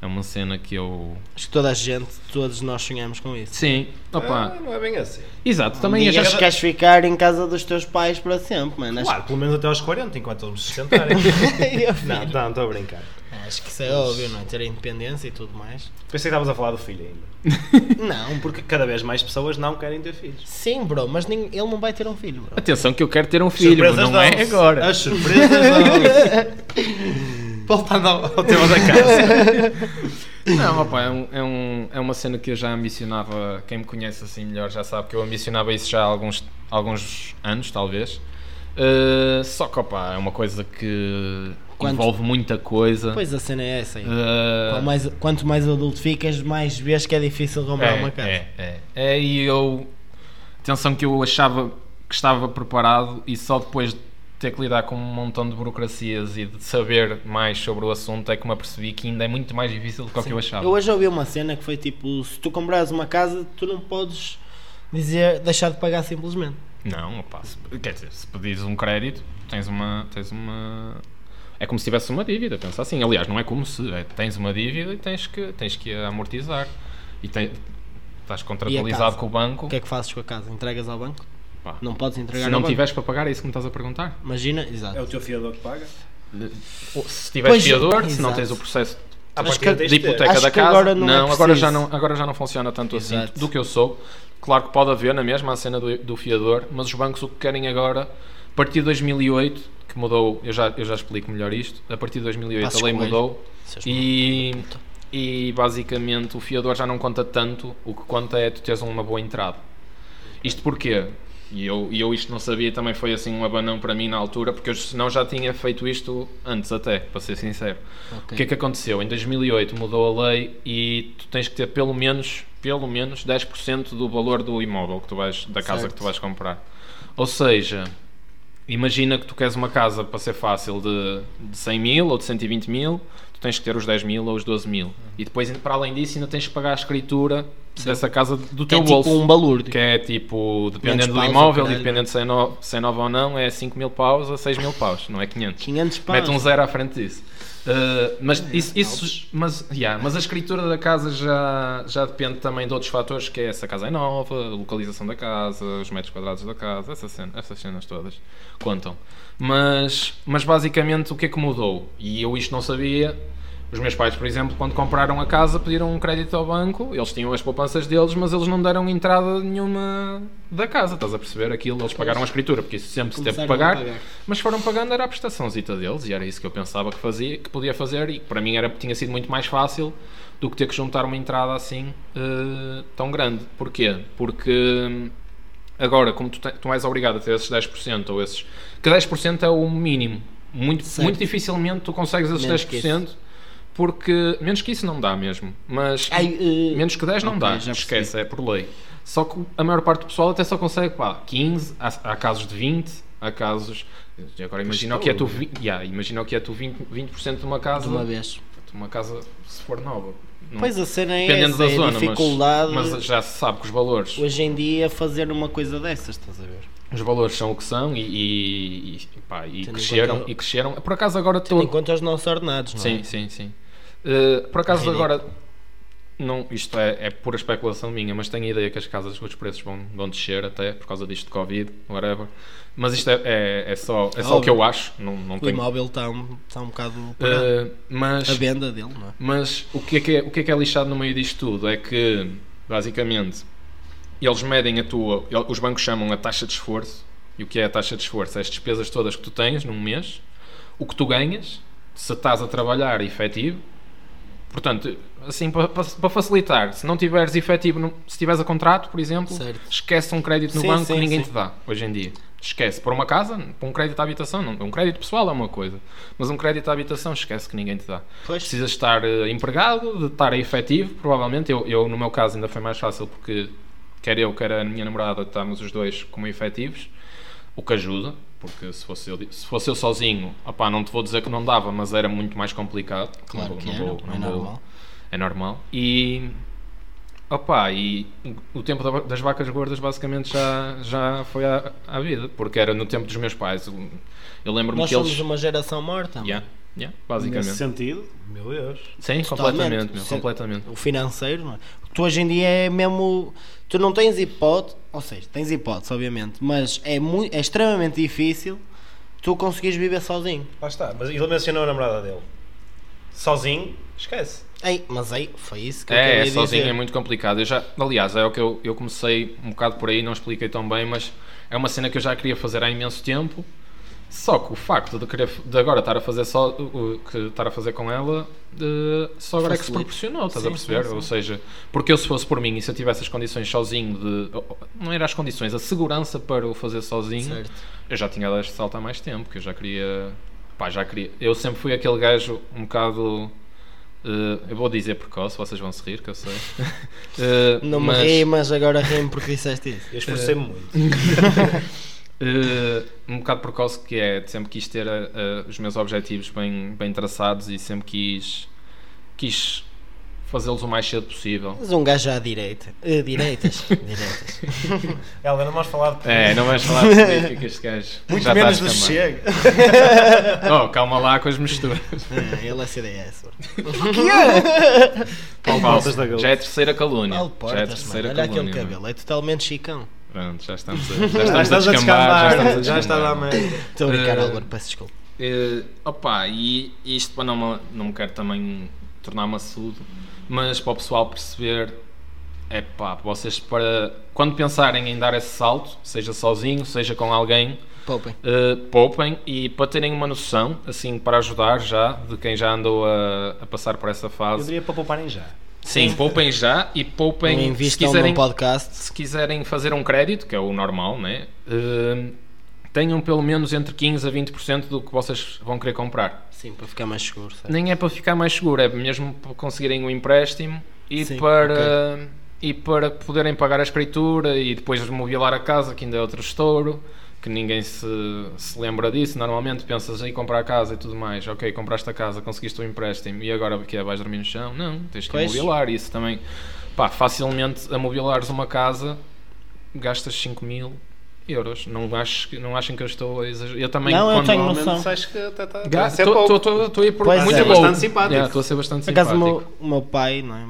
É uma cena que eu. Acho que toda a gente, todos nós sonhamos com isso. Sim, opá. Ah, não é bem assim. Exato, também Também eu já. Digas que queres ficar em casa dos teus pais para sempre, mano. Acho, Claro, pelo menos até aos 40, enquanto eles me sustentarem. Não, não, estou a brincar. acho que isso é óbvio, não é? Ter a independência e tudo mais. Pensei que estavas a falar do filho ainda. Não, Porque porque. cada vez mais pessoas não querem ter filhos. Sim, bro, mas nem- ele não vai ter um filho, bro. Atenção que eu quero ter um filho, Surpresas não é dão-se. agora. As surpresas dão-se. Voltando ao, ao tema da casa. Não, opa, é, um- é um- é uma cena que eu já ambicionava. Quem me conhece assim melhor já sabe que eu ambicionava isso já há alguns, alguns anos, talvez. Uh, só que, opa, é uma coisa que Quanto- envolve muita coisa. Pois a cena é essa aí. Uh, Quanto mais, quanto mais adulto ficas, mais vês que é difícil comprar é, uma casa. É, é. É, e eu. Atenção, que eu achava que estava preparado e só depois de ter que lidar com um montão de burocracias e de saber mais sobre o assunto é que me apercebi que ainda é muito mais difícil do que o que eu achava. Eu hoje ouvi uma cena que foi tipo: se tu comprares uma casa, tu não podes dizer deixar de pagar simplesmente. Não, opa, se, quer dizer, se pedires um crédito, tens uma, tens uma. É como se tivesse uma dívida, pensa assim. Aliás, não é como se. é, tens uma dívida e tens que, tens que a amortizar. E tem- estás contratualizado casa? com o banco. O que é que fazes com a casa? Entregas ao banco? Pá, Não podes entregar se ao não banco. tiveres para pagar, é isso que me estás a perguntar. Imagina, exato. teu É fiador que paga? Ou se tiveres Pois, fiador, se não exato. tens o processo À Acho que- partida tens de de ter. hipoteca Acho da que casa. agora não não, é agora, preciso. já não, agora já não funciona tanto assim, Exato. do que eu soube. Claro que pode haver na mesma a cena do, do fiador, mas os bancos o que querem agora, a partir de 2008, que mudou, eu já, eu já explico melhor isto, a partir de 2008 Passos a lei Coelho. mudou Seus e, e basicamente o fiador já não conta tanto, o que conta é tu teres uma boa entrada. Isto porquê? E eu, e eu isto não sabia, também foi assim um abanão para mim na altura, porque eu senão já tinha feito isto antes até, para ser sincero. O que é que aconteceu? Em 2008 mudou a lei e tu tens que ter pelo menos, pelo menos 10% do valor do imóvel que tu vais, da casa que tu vais comprar. Ou seja, imagina que tu queres uma casa para ser fácil de, de 100 mil ou de 120 mil, tu tens que ter os 10 mil ou os 12 mil. E depois, para além disso, ainda tens que pagar a escritura dessa casa do Que teu é bolso. tipo um balúrdio. Que é tipo, dependendo do paus, imóvel, caralho. dependendo se é, no, se é nova ou não, é 5 mil paus a 6 mil paus, não é 500. 500 paus. Mete um zero à frente disso. Uh, mas, isso, isso- mas, yeah, mas a escritura da casa já, já depende também de outros fatores, que é se a casa é nova, a localização da casa, os metros quadrados da casa, essa cena- essas cenas todas contam. Mas, mas basicamente o que é que mudou? E eu isto não sabia. Os meus pais, por exemplo, quando compraram a casa, pediram um crédito ao banco, eles tinham as poupanças deles, mas eles não deram entrada nenhuma da casa, estás a perceber aquilo? Eles pagaram a escritura, porque isso sempre se teve que Começaram a pagar, pagar. mas foram pagando, era a prestaçãozita deles, e era isso que eu pensava que fazia, que podia fazer, e para mim era, tinha sido muito mais fácil do que ter que juntar uma entrada assim eh, tão grande. Porquê? Porque hum, agora, como tu, te, tu és obrigado a ter esses 10% ou esses. que 10% é o mínimo. Muito, Certo. muito dificilmente tu consegues esses Menos que 10%, porque menos que isso não dá mesmo. Mas Ai, eh, menos que 10 não ok, dá, já percebi. esquece, é por lei. Só que a maior parte do pessoal até só consegue pá, 15, há, há casos de 20, há casos. Agora imagina o que é tu, vi- yeah, imagina o que é tu 20%, 20 de uma casa. de uma vez. Uma casa, se for nova. Não- Pois a cena é Dependendo essa, da é a zona, mas- dificuldade mas, já se sabe que os valores, hoje em dia fazer uma coisa dessas, estás a ver? os valores são o que são e, e, e, pá, e Tendo em cresceram, conta- e cresceram. Por acaso agora Tendo estou... em conta os nossos ordenados, não é? Então- Sim, sim, sim. Uh, por acaso Ridículo. agora, não, isto é, é pura especulação minha, mas tenho a ideia que as casas, os preços vão, vão descer até por causa disto de Covid, whatever. Mas isto é, é, é só, é só o que eu acho, não, não O tenho... imóvel está um, está um bocado parado. Uh, mas a venda dele, não é? Mas o que, é que é, o que é que é lixado no meio disto tudo? É que, basicamente, eles medem a tua. el- Os bancos chamam a taxa de esforço. E o que é a taxa de esforço? É as despesas todas que tu tens num mês, o que tu ganhas, se estás a trabalhar efetivo. Portanto, assim, para facilitar, se não tiveres efetivo, no- se tiveres a contrato, por exemplo, Certo. esquece um crédito no Sim, banco sim, que ninguém sim. te dá hoje em dia. Esquece. Para uma casa, para um crédito à habitação, não- um crédito pessoal é uma coisa, mas um crédito à habitação, esquece que ninguém te dá. Pois. Precisas estar eh, empregado, de estar efetivo, provavelmente. Eu, eu, no meu caso, ainda foi mais fácil porque quer eu, quer a minha namorada, estamos os dois como efetivos, o que ajuda, porque se fosse eu, se fosse eu sozinho, opá, não te vou dizer que não dava, mas era muito mais complicado. Claro não vou- que não era, vou- é não vou- normal. É normal. E, opá, e o tempo da- das vacas gordas basicamente já, já foi à, à vida, porque era no tempo dos meus pais. Eu, eu lembro-me Nós que somos eles... uma geração morta. é? mano. Yeah, yeah, Nesse basicamente. sentido, Meu Deus. Sim, Totalmente. completamente, meu, Sim. completamente. O financeiro, não é? Tu hoje em dia é mesmo. Tu não tens hipótese, ou seja, tens hipótese, obviamente, mas é, muito, é extremamente difícil tu conseguires viver sozinho. Lá está. Mas ele mencionou a namorada dele. Sozinho, esquece. Ei, mas aí, foi isso que eu É, acabei é, de sozinho dizer. é muito complicado. Eu já, aliás, é o que eu, eu comecei um bocado por aí, não expliquei tão bem, mas é uma cena que eu já queria fazer há imenso tempo. Só que o facto de, querer, de agora estar a fazer só o que estar a fazer com ela, eh, só agora é que se Facilita. proporcionou, estás a Sim, perceber? sim, sim. Ou seja, porque eu se fosse por mim e se eu tivesse as condições sozinho de. Não era as condições, a segurança para o fazer sozinho, Certo. eu já tinha dado este salto há mais tempo, que eu já queria. Pá, já queria. Eu sempre fui aquele gajo um bocado. eh, eu vou dizer precoce, vocês vão se rir, que eu sei. Eh, Não me mas, ri, mas agora rimo porque disseste isso. Eu esforcei-me muito. eh, um bocado precoce que é, sempre quis ter eh, eh, os meus objetivos bem, bem traçados e sempre quis, quis fazê-los o mais cedo possível. Mas um gajo à direita. Eh, direitas. direitas. Ela, não vamos falar de. É, não vais falar de política este gajo. Muito já menos do Chega. Oh, calma lá com as misturas. Ah, ele é CDS. bro. Portas Paulo da Portas, Galo. já é a terceira calúnia. Paulo já é a Portas, mano. terceira Olha aquele calúnia. mano. cabelo. É totalmente chicão. Pronto, já estamos a, Já já estamos a estás a descambar. Já, estamos a descambar. Já está a dar descambar. merda. Estou a brincar, Eh, Álvaro. Peço desculpa. Eh, opa, e isto para não, me- não me quero também tornar maçudo, mas para o pessoal perceber, é pá, vocês para. Quando pensarem em dar esse salto, seja sozinho, seja com alguém, Poupem. eh, poupem e para terem uma noção, assim, para ajudar já, de quem já andou a, a passar por essa Eu fase. diria para pouparem já. Sim, poupem já e Não poupem se Invistam quiserem num podcast. se quiserem fazer um crédito, que é o normal, né? eh, tenham pelo menos entre 15% a 20% do que vocês vão querer comprar. Sim, para ficar mais seguro. certo? Nem é para ficar mais seguro, é mesmo para conseguirem um empréstimo e, Sim, para, e para poderem pagar a escritura e depois mobilar a casa, que ainda é outro estouro, que ninguém se, se lembra disso. Normalmente pensas em comprar a casa e tudo mais. Ok, compraste a casa, conseguiste um empréstimo e agora o que é? Vais dormir no chão? Não, tens que Pois. mobilar isso também. Pá, facilmente a mobilares uma casa gastas 5 mil euros. Não, acho, que- não achem que eu estou a exagerar. Eu também Não, eu quando- tenho noção. Normalmente acho que até está Ga- a ser tô- pouco. tô- tô- Estou a ir por Pois muito é. bom. Bastante simpático. Yeah, Estou a ser bastante Por acaso, o simpático. meu, o meu pai não é,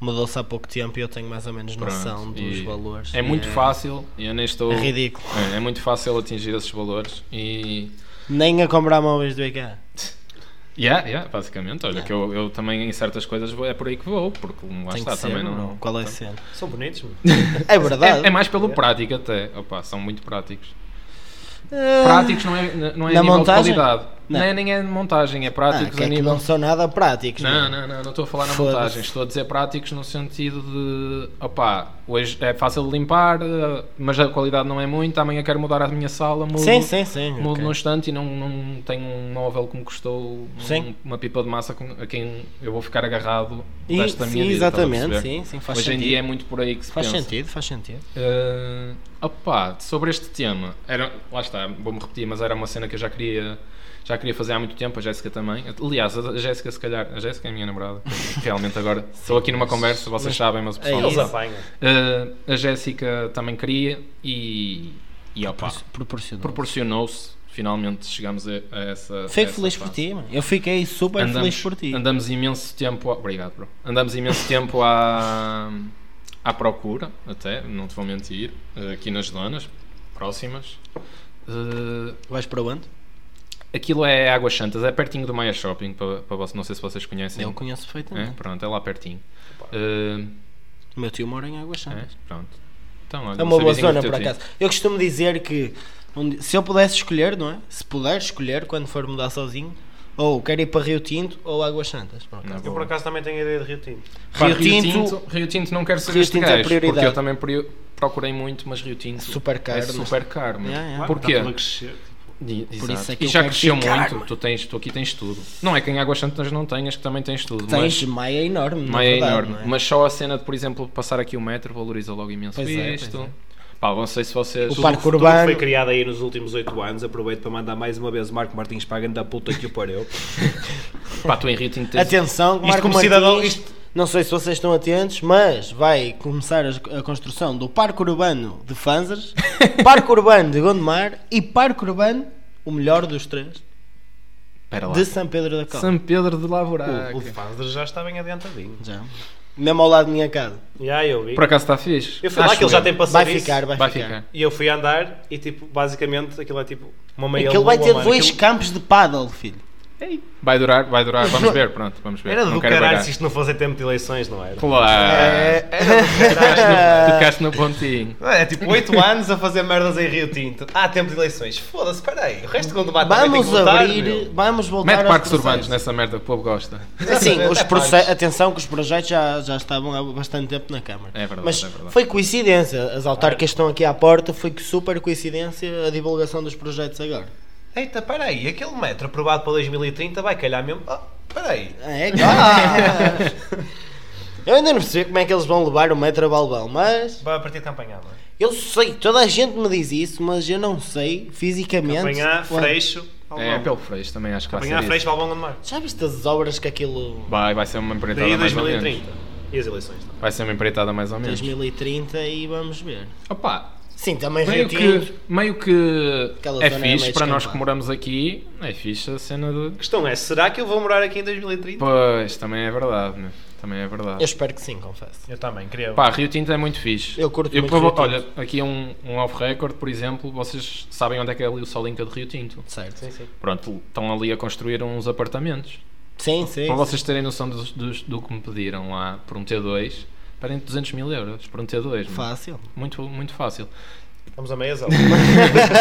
mudou-se há pouco tempo e eu tenho mais ou menos Pronto, noção dos e valores. É e muito fácil, e eu nem estou. É ridículo. É, é muito fácil atingir esses valores. E. Nem a comprar móveis do IKEA. Yeah, yeah, basicamente. Olha, que eu, eu também em certas coisas vou- é por aí que vou, porque lá Tem está que ser, também não. Tá. bro. Qual é a cena? São bonitos, mano. É verdade. É, é mais pelo prático até. Opa, são muito práticos. Práticos não é, não é Ah. Na a nível montagem? de qualidade. Não. Não. é nem é de montagem, é Ah, práticos que a é que nível. não são nada práticos. Não, mano. não, não, não estou a falar na é. Foda-se. montagem, estou a dizer práticos no sentido de opá, hoje é fácil de limpar, eh, mas a qualidade não é muito, amanhã quero mudar a minha sala, mudo, Sim, sim, sim. mudo ok. num instante e não, não tenho um móvel que me custou um- Sim. uma pipa de massa com- a quem eu vou ficar agarrado E- desta sim, minha vida. estás a exatamente, perceber? sim, sim, faz Hoje sentido. em dia é muito por aí que se Faz pensa. sentido, faz sentido. Eh, opá, sobre este tema, era, lá está, vou-me repetir, mas era uma cena que eu já queria, já queria fazer há muito tempo, a Jéssica também. Aliás, a Jéssica, se calhar, a Jéssica é a minha namorada, realmente agora. Estou aqui numa conversa, vocês sabem, mas o pessoal não é isso. Eles sabe. apanham. Eh, a Jéssica também queria e, e opá, Proporcionou. proporcionou-se. Finalmente chegamos a, a essa. a Fico essa feliz por fase. ti, mano. Eu fiquei super feliz por ti. Andamos imenso tempo. A, obrigado, bro. Andamos imenso tempo à, à procura, até, não te vou mentir, eh, aqui nas zonas próximas. Eh, Vais para onde? aquilo é Águas Santas, é pertinho do Maia Shopping, para, para vocês, não sei se vocês conhecem. Eu conheço é, perfeitamente. pronto, é lá pertinho. Eh, O meu tio mora em Águas é, Santas. pronto. Então, olha, É uma se boa avisem o zona, teu por tio. acaso. Eu costumo dizer que um di- se eu pudesse escolher, não é? Se puder escolher, quando for mudar sozinho, ou quero ir para Rio Tinto ou Águas Santas. por acaso. Na Eu por boa. acaso também tenho a ideia de Rio Tinto. Pá, Rio Tinto- Rio Tinto não quero ser Rio este Tinto é gajo, porque prioridade. eu também pri- procurei muito, mas Rio Tinto Super caro, é mas- super caro. mano. Yeah, yeah. Ah, Tá Porquê? tá Está tudo a crescer. E, Por exato. isso é que e eu já quero cresceu ficar, muito, mano. tu, tens, tu aqui tens tudo. Não é que em Águas Santas não tenhas, que também tens tudo. Tens mas, Maia enorme, na mas é verdade, enorme. não é? Mas só a cena de, por exemplo, passar aqui o metro valoriza logo imenso Pois é, pois isto. Pá, não sei se vocês. o parque Tudo que foi urbano, criado aí nos últimos 8 anos, aproveito para mandar mais uma vez o Marco Martins para a grande da puta que o pariu. Pá, tu em Rio Tinto tens. atenção, Marco como Martins, cidadão, isto- não sei se vocês estão atentos, mas vai começar as- a, construção do Parque Urbano de Fanzas, Parque Urbano de Gondomar e Parque Urbano, o melhor dos três, Pera É lá. de São Pedro da Costa. São Pedro de O- Lavuraca. O Fazder já está bem adiantadinho. Já. Mesmo ao lado da minha casa. Já eu vi. Por acaso está fixe? Eu fui lá Acho que ele já eu. tem passado Vai isso. ficar, vai, Vai ficar. ficar. E eu fui andar e tipo, basicamente aquilo é tipo uma meia Aquele vai lua, ter mano. dois Aquilo- campos de paddle, filho. Vai durar, vai durar. Vamos ver, pronto, vamos ver. Era não do quero caralho baralhar. se isto não fosse em tempo de eleições, não era? Claro. É, Tocaste no pontinho. É tipo 8 anos a fazer merdas em Rio Tinto. Há tempo de eleições. Foda-se, peraí. O resto do Ah, debate também tem que Vamos votar, abrir, meu. vamos voltar Mete aos parques processos. urbanos nessa merda que o povo gosta. Assim, os É proce- parques. atenção que os projetos já, já estavam há bastante tempo na Câmara. É verdade, Mas é verdade. foi coincidência, as autarcas estão aqui à porta, foi que super coincidência a divulgação dos projetos agora. Eita, peraí. Aquele metro aprovado para 2030 vai calhar mesmo. Ah, Oh, peraí. Ah, É claro. Eu ainda não percebi como é que eles vão levar o metro a balbão, mas Vai a partir de campanha, não é? eu sei, toda a gente me diz isso, mas eu não sei fisicamente. Apanhar, quando- freixo, Tá É, Albão. pelo freixo também acho que vai apanhar, ser. freixo, isso. balbão, Gondomar. Já viste as obras que aquilo Vai, vai ser uma empreitada Daí Então mais ou menos. 2030. E as eleições? tá? não? Vai ser uma empreitada mais ou menos. 2030 e vamos ver. Opa, Sim, também Rio meio que, Tinto. meio que Aquela é zona é fixe meio para nós descampada. que moramos aqui. É fixe a cena A de. questão é, será que eu vou morar aqui em 2030? Pois, também é verdade, né? Também é Eu verdade. espero que sim, confesso. Eu também, queria. Pá, Rio Tinto é muito fixe. Eu curto muito prova- Rio Tinto. Olha, aqui um, um off-record, por exemplo, vocês sabem onde é que é ali o Solinca de Rio Tinto. Certo. Pronto, estão ali a construir uns apartamentos. Sim, sim. Para vocês terem noção dos, dos- do que me pediram lá por um T2, pedem 200 mil euros por um T2. mano. Fácil. Muito, muito fácil. Estamos a meia zela.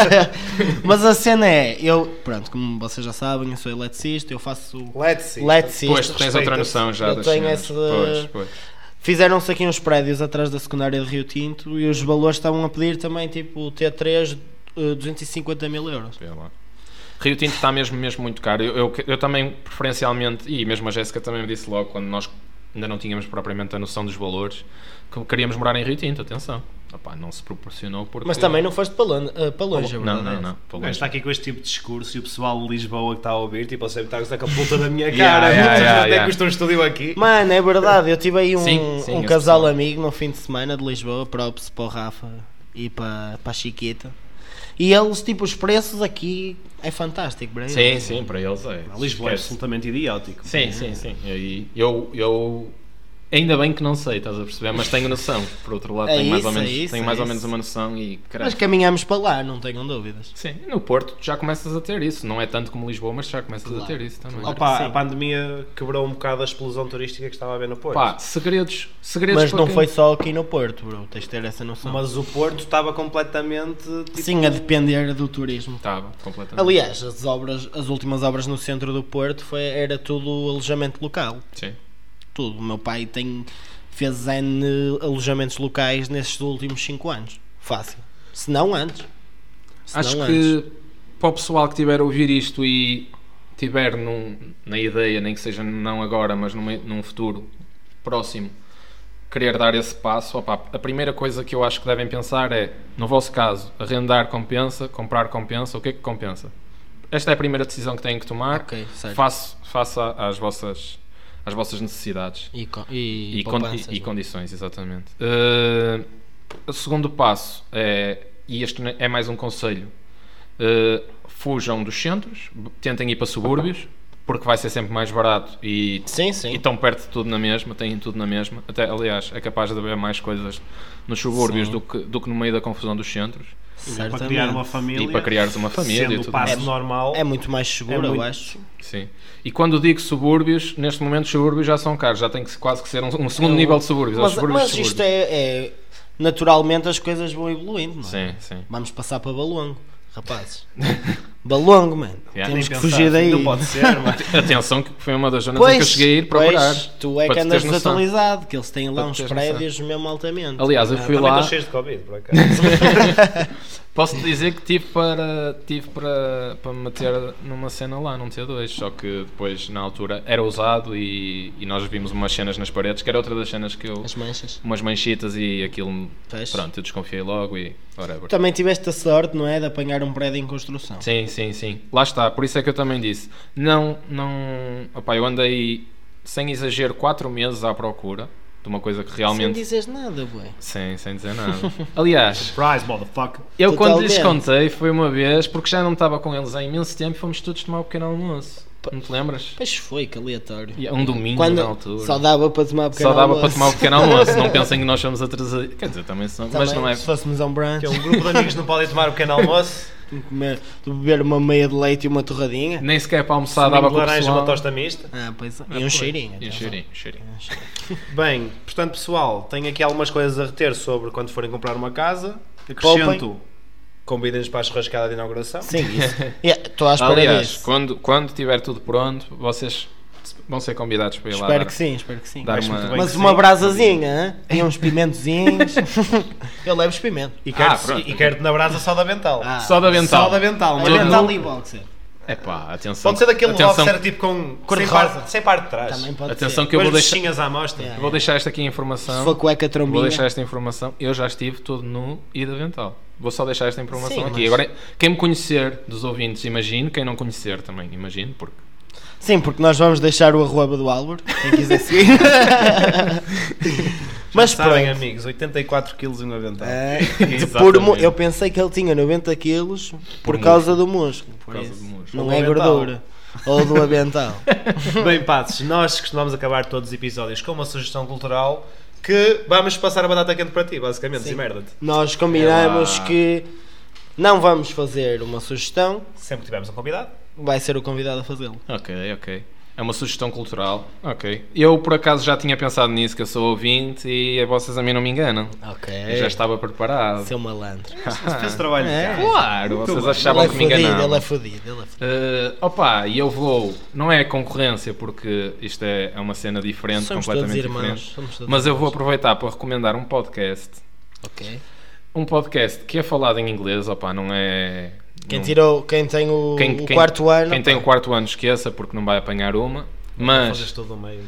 Mas a cena é, eu, pronto, como vocês já sabem, eu sou eletricista, eu faço Let's see. eletricista. pois, tu tens outra noção já Eu das tenho cenas. esse- Pois, pois. Fizeram-se aqui uns prédios atrás da secundária de Rio Tinto e os valores estavam a pedir também tipo T3 eh, 250 mil euros. Vê lá. Rio Tinto está mesmo, mesmo muito caro. Eu, eu, eu também, preferencialmente, e mesmo a Jéssica também me disse logo, quando nós ainda não tínhamos propriamente a noção dos valores, que queríamos morar em Rio Tinto, atenção. Opá, não se proporcionou porque... Mas também não foste para longe, eh, para longe a Não, verdade é não, essa. não. Pelo Mas menos. está aqui com este tipo de discurso e o pessoal de Lisboa que está a ouvir, tipo, Tipo, eu sei que está a gozar com a puta da minha Yeah, cara. yeah, Muitas yeah, vezes até yeah. custa um estúdio aqui. Mano, é verdade, eu tive aí um, Sim, sim, um eu casal sei. amigo no fim de semana de Lisboa, props para o Rafa e para, para a Chiquita. E eles, tipo, os preços aqui é fantástico, bro. Sim, sim, para eles é. Lisboa é Esquece. absolutamente idiótico. é? Sim, sim, sim. E eu, eu ainda bem que não sei, estás a perceber, mas tenho noção. Por outro lado, É tenho mais isso, ou menos, é isso, tenho é mais ou isso. menos uma noção e caralho. Mas caminhamos para lá, não tenham dúvidas. Sim, no Porto tu já começas a ter isso. Não é tanto como Lisboa, mas já começas a ter isso também. claro. Opa, Sim. a pandemia quebrou um bocado a explosão turística que estava a haver no Porto. Pá, segredos, segredos Mas para não quem- foi só aqui no Porto, bro. Tens de ter essa noção. Mas o Porto estava completamente. Tipo, Sim, a depender do turismo. Estava, Tá, completamente. Aliás, as, obras, as últimas obras no centro do Porto foi, era tudo alojamento local. Sim. Tudo. O meu pai tem, fez N alojamentos locais nestes últimos 5 anos. Fácil. Se não antes. Se Acho não antes. que para o pessoal que tiver a ouvir isto e tiver num- na ideia, nem que seja não agora, mas numa- num futuro próximo, querer dar esse passo, opá, a primeira coisa que eu acho que devem pensar é, no vosso caso, arrendar compensa, comprar compensa, o que é que compensa? Esta é a primeira decisão que têm que tomar, Ok, certo. faça, faça às, vossas, às vossas necessidades E, co- e, e, e con- poupanças, e- e não é? condições, exatamente. Eh, o segundo passo é, e este ne- é mais um conselho, eh, fujam dos centros, b- tentem ir para subúrbios, porque vai ser sempre mais barato e Sim, sim. Então, estão perto de tudo na mesma, têm tudo na mesma. Até, aliás, é capaz de haver mais coisas nos subúrbios Sim. do que, do que no meio da confusão dos centros Para Certamente. criar uma família. e para criares uma família e Sendo o tudo passo mais. normal. É muito mais seguro, É muito- eu acho. Sim. E quando digo subúrbios, neste momento os subúrbios já são caros, já tem que se- quase que ser um, um segundo nível de subúrbios. é os Mas, subúrbios mas de isto subúrbios. é, é- Naturalmente as coisas vão evoluindo, não é? Sim, sim. Vamos passar para Balongo, rapazes. Balongo, mano. Yeah. Temos que Pensar, fugir daí. Não pode ser, mas Atenção que foi uma das zonas em é que eu cheguei a ir procurar. pois, tu é para que te andas teres noção. desatualizado, que eles têm lá Para uns te teres noção. prédios mesmo altamente. é? Aliás, eu fui também lá, estou cheio de Covid, por acaso. posso dizer que tive para tive para, para me meter numa cena lá, num T2, só que depois na altura era usado e, e nós vimos umas cenas nas paredes, que era outra das cenas que eu As manchas. umas manchitas e aquilo, me- Pois. pronto, eu desconfiei logo e whatever. Também tiveste a sorte, não é? De apanhar um prédio em construção. Sim, sim, sim. Lá está, por isso é que eu também disse. Não, não. Opá, eu andei sem exagero 4 meses à procura de uma coisa que Sem realmente dizes nada, bué. Sem, sem dizer nada. Aliás, surprise, motherfucker. eu quando Totalmente. lhes contei foi uma vez, porque já não estava com eles há imenso tempo e fomos todos tomar um pequeno almoço. Não te lembras? Pois foi, que aleatório. E é Um domingo Quando na altura. só dava para tomar um Só pequeno dava para almoço. tomar um pequeno almoço. Não pensem que nós somos atrasados. Quer dizer, também são. Também, mas não é. Se fôssemos a um brunch, um grupo de amigos não podem tomar o pequeno almoço. de comer- de beber uma meia de leite e uma torradinha. Nem sequer para almoçar Domingo dava de com o laranja, pessoal. uma tosta mista. Ah, pois é. E um cheirinho. E um atenção. cheirinho, um cheirinho. Bem, portanto, pessoal, tenho aqui algumas coisas a reter sobre quando forem comprar uma casa. Acrescento. Convidem-nos para a churrascada de inauguração. Sim, isso. Yeah, Estou à espera Aliás, disso. quando, quando tiver tudo pronto, vocês vão ser convidados para ir lá. Espero dar- que sim, espero que sim. Dar Acho muito uma... bem. Mas que uma sim. brasazinha, hã? e uns pimentozinhos. Eu levo os pimentos. E Ah, quero-te pronto. e quero-te na brasa só da Bental. Ah, Só da vental. Só da Bental, mas Olha, Bental. e boxer. Epá, atenção. Pode ser daquele atenção, boxer tipo com. Cor de sem rosa. parte- Sem parte de trás. Também um pode atenção ser. que eu vou Com as deixar. bichinhas à mostra. Yeah. Eu Vou deixar esta aqui a Se informação. for cueca Vou trombinha. deixar esta informação. Eu já estive todo nu e de avental. Vou só deixar esta informação Sim, aqui. mas- Agora, quem me conhecer dos ouvintes, imagino. Quem não conhecer também, imagino. Porque Sim, porque nós vamos deixar o arroba do Álvaro, quem quiser seguir. Mas Sabem, pronto. amigos, 84 quilos em um avental. É, Exatamente. por mu- eu pensei que ele tinha 90 quilos por, Por causa do músculo. por causa do músculo. Não do é avental. gordura. Ou do avental. Bem, Passos, nós costumamos acabar todos os episódios com uma sugestão cultural que vamos passar a batata quente para ti, basicamente, Sim. e merda-te. Nós combinamos Ela- que não vamos fazer uma sugestão, Sempre que tivermos um convidado. vai ser o convidado a fazê-lo. Ok, ok. É uma sugestão cultural. Ok. Eu, por acaso, já tinha pensado nisso, que eu sou ouvinte e vocês a mim não me enganam. Eu Ok. já estava preparado. Seu malandro. Ah. Fez trabalho de É. casa. Claro, vocês achavam ele é que me fodido, ele enganavam. é fodido, ele é fodido. Eh, opa, e eu vou. Não é concorrência, porque isto é, é uma cena diferente, Somos todos completamente irmãos, diferente. somos todos Mas eu vou aproveitar para recomendar um podcast. Ok. Um podcast que é falado em inglês, opa, não é. Quem não- tirou, quem tem o, o quarto ano. Quem tem o quarto ano esqueça, porque não vai apanhar uma. Mas, Fazes todo o meio.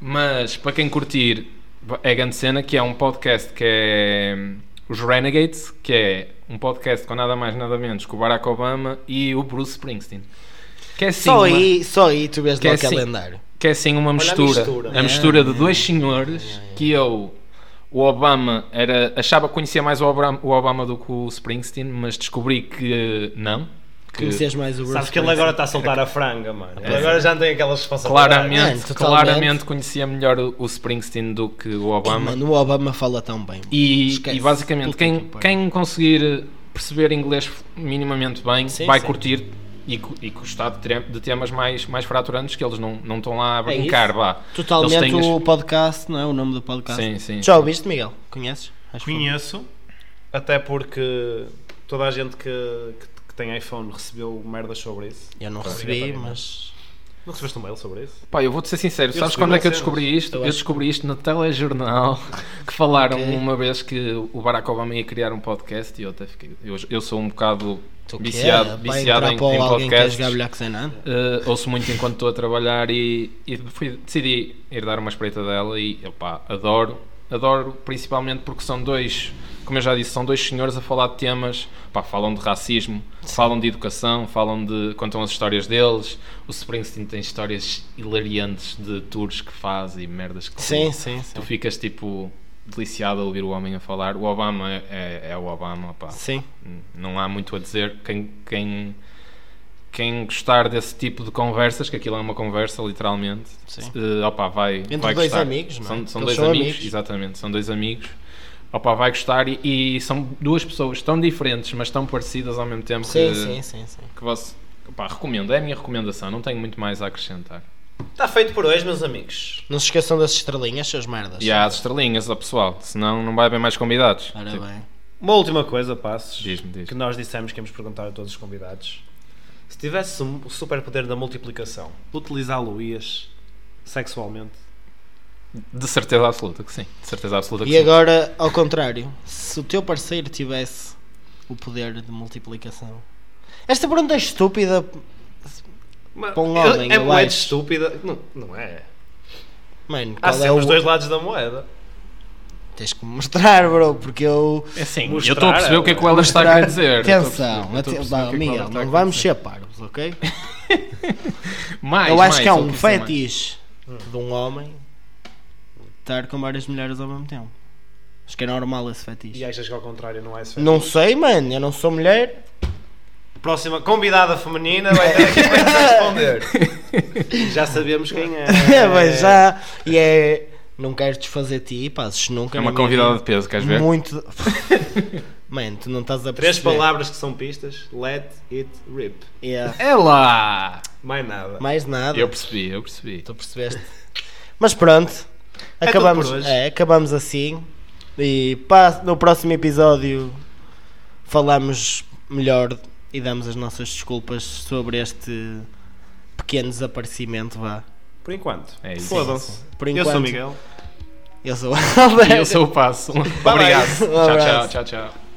mas para quem curtir, é grande cena que é um podcast que é hum, os Renegades, que é um podcast com nada mais nada menos que o Barack Obama e o Bruce Springsteen. Que é assim, só, uma, aí, só aí tu vês Que lá é o assim. calendário. que é assim uma mistura. mistura. A mistura de dois senhores que eu. O Obama era, achava que conhecia mais o Obama, o Obama do que o Springsteen, mas descobri que não. Que Conheces mais o Bruce Sabes que ele agora está a soltar a franga, mano. Ele agora já não tem aquelas responsabilidades. Claramente, Mano, totalmente. claramente conhecia melhor o o Springsteen do que o Obama. Mano, o Obama fala tão bem. E, Esquece. e basicamente, Puta que quem, pariu. quem conseguir perceber inglês minimamente bem Sim, vai sim. curtir e, cu- e gostar de, tre- de temas mais, mais fraturantes que eles não, não estão lá a É isso. brincar. vá. Eles Totalmente têm as- o podcast, não é? O nome do podcast. Sim, sim. Já ouviste, Miguel? Conheces? Acho que Conheço. Até porque toda a gente que, que, que tem iPhone recebeu merdas sobre isso. Eu não Claro. recebi, Obrigatoriamente. mas. Não recebeste um mail sobre isso? Pá, eu vou-te ser sincero, sabes recebi quando é que eu cenas. descobri isto? Eu Eu, acho- descobri isto no telejornal que falaram Ok. uma vez que o Barack Obama ia criar um podcast e eu até fiquei. Eu, eu sou um bocado Tu viciado, quer? é, Vai viciado entrar em, para em alguém que é podcasts. jogar bilhar que sem nada? Eh, ouço muito enquanto estou a trabalhar e, e fui- decidi ir dar uma espreita dela e opá, adoro. Adoro principalmente porque são dois, como eu já disse, são dois senhores a falar de temas, pá, falam de racismo, falam de educação, falam de. contam as histórias deles. O Springsteen tem histórias hilariantes de tours que faz e merdas que tu- Sim, sim, sim. tu ficas tipo deliciado a ouvir o homem a falar. O Obama é, é o Obama, pá Sim. não há muito a dizer. Quem, quem, quem gostar desse tipo de conversas, que aquilo é uma conversa, literalmente, Sim. eh, opa, vai. Entre vai dois gostar. amigos, não é? São, são Eles dois são amigos, amigos. exatamente, são dois amigos. Opa, vai gostar e, e são duas pessoas tão diferentes, mas tão parecidas ao mesmo tempo Sim, que, sim, sim, sim. que você. Opa, recomendo, é a minha recomendação, não tenho muito mais a acrescentar. Tá Está feito por hoje, meus amigos. Não se esqueçam das estrelinhas, seus merdas. E há as estrelinhas, ó pessoal, senão não vai haver mais convidados. Ora Tipo, bem. Uma última coisa, Passos, Diz-me, diz. que nós dissemos que íamos perguntar a todos os convidados. Se tivesse um- o superpoder da multiplicação, utilizá-lo-ias sexualmente? De certeza absoluta que sim. De certeza absoluta que E sim. agora, ao contrário, se o teu parceiro tivesse o poder de multiplicação. Esta pergunta é estúpida. Mas Para um homem, é eu moeda acho. estúpida. Não, não é. Mano, Há Ah, qual é sempre o... os dois lados da moeda. Tens que me mostrar, bro, porque eu. É sim, Mostrar eu estou a perceber o que é que ela está a querer dizer. Atenção, Eu estou a perceber- eu estou a atenção. perceber o que é que ela Miguel, está a não querer vamos dizer. ser parvos, ok? Mais, eu acho mais, que há só um isso é mais. fetiche de um homem estar com várias mulheres ao mesmo tempo. Acho que é normal esse fetiche. E achas que ao contrário não é isso? Não sei, mano, eu não sou mulher. Próxima convidada feminina vai ter aqui para responder. Já sabemos quem é. Mas já. E é. Não quero desfazer ti, passes nunca. É uma na minha convidada de vida. peso, queres ver? Muito. mano, tu não estás a Três perceber. palavras que são pistas: let it rip. Yeah. É lá! Mais nada. Mais nada. Eu percebi, eu percebi. Tu percebeste? Mas pronto, tudo acabamos, por hoje. é, acabamos assim. E pa- no próximo episódio falamos melhor e damos as nossas desculpas sobre este pequeno desaparecimento. Vá. Por enquanto. É isso. Fodam-se. Por Eu enquanto, sou o Miguel. Eu sou o E Alberto. eu sou o passo. Obrigado. Um Tchau, tchau, abraço. tchau, tchau.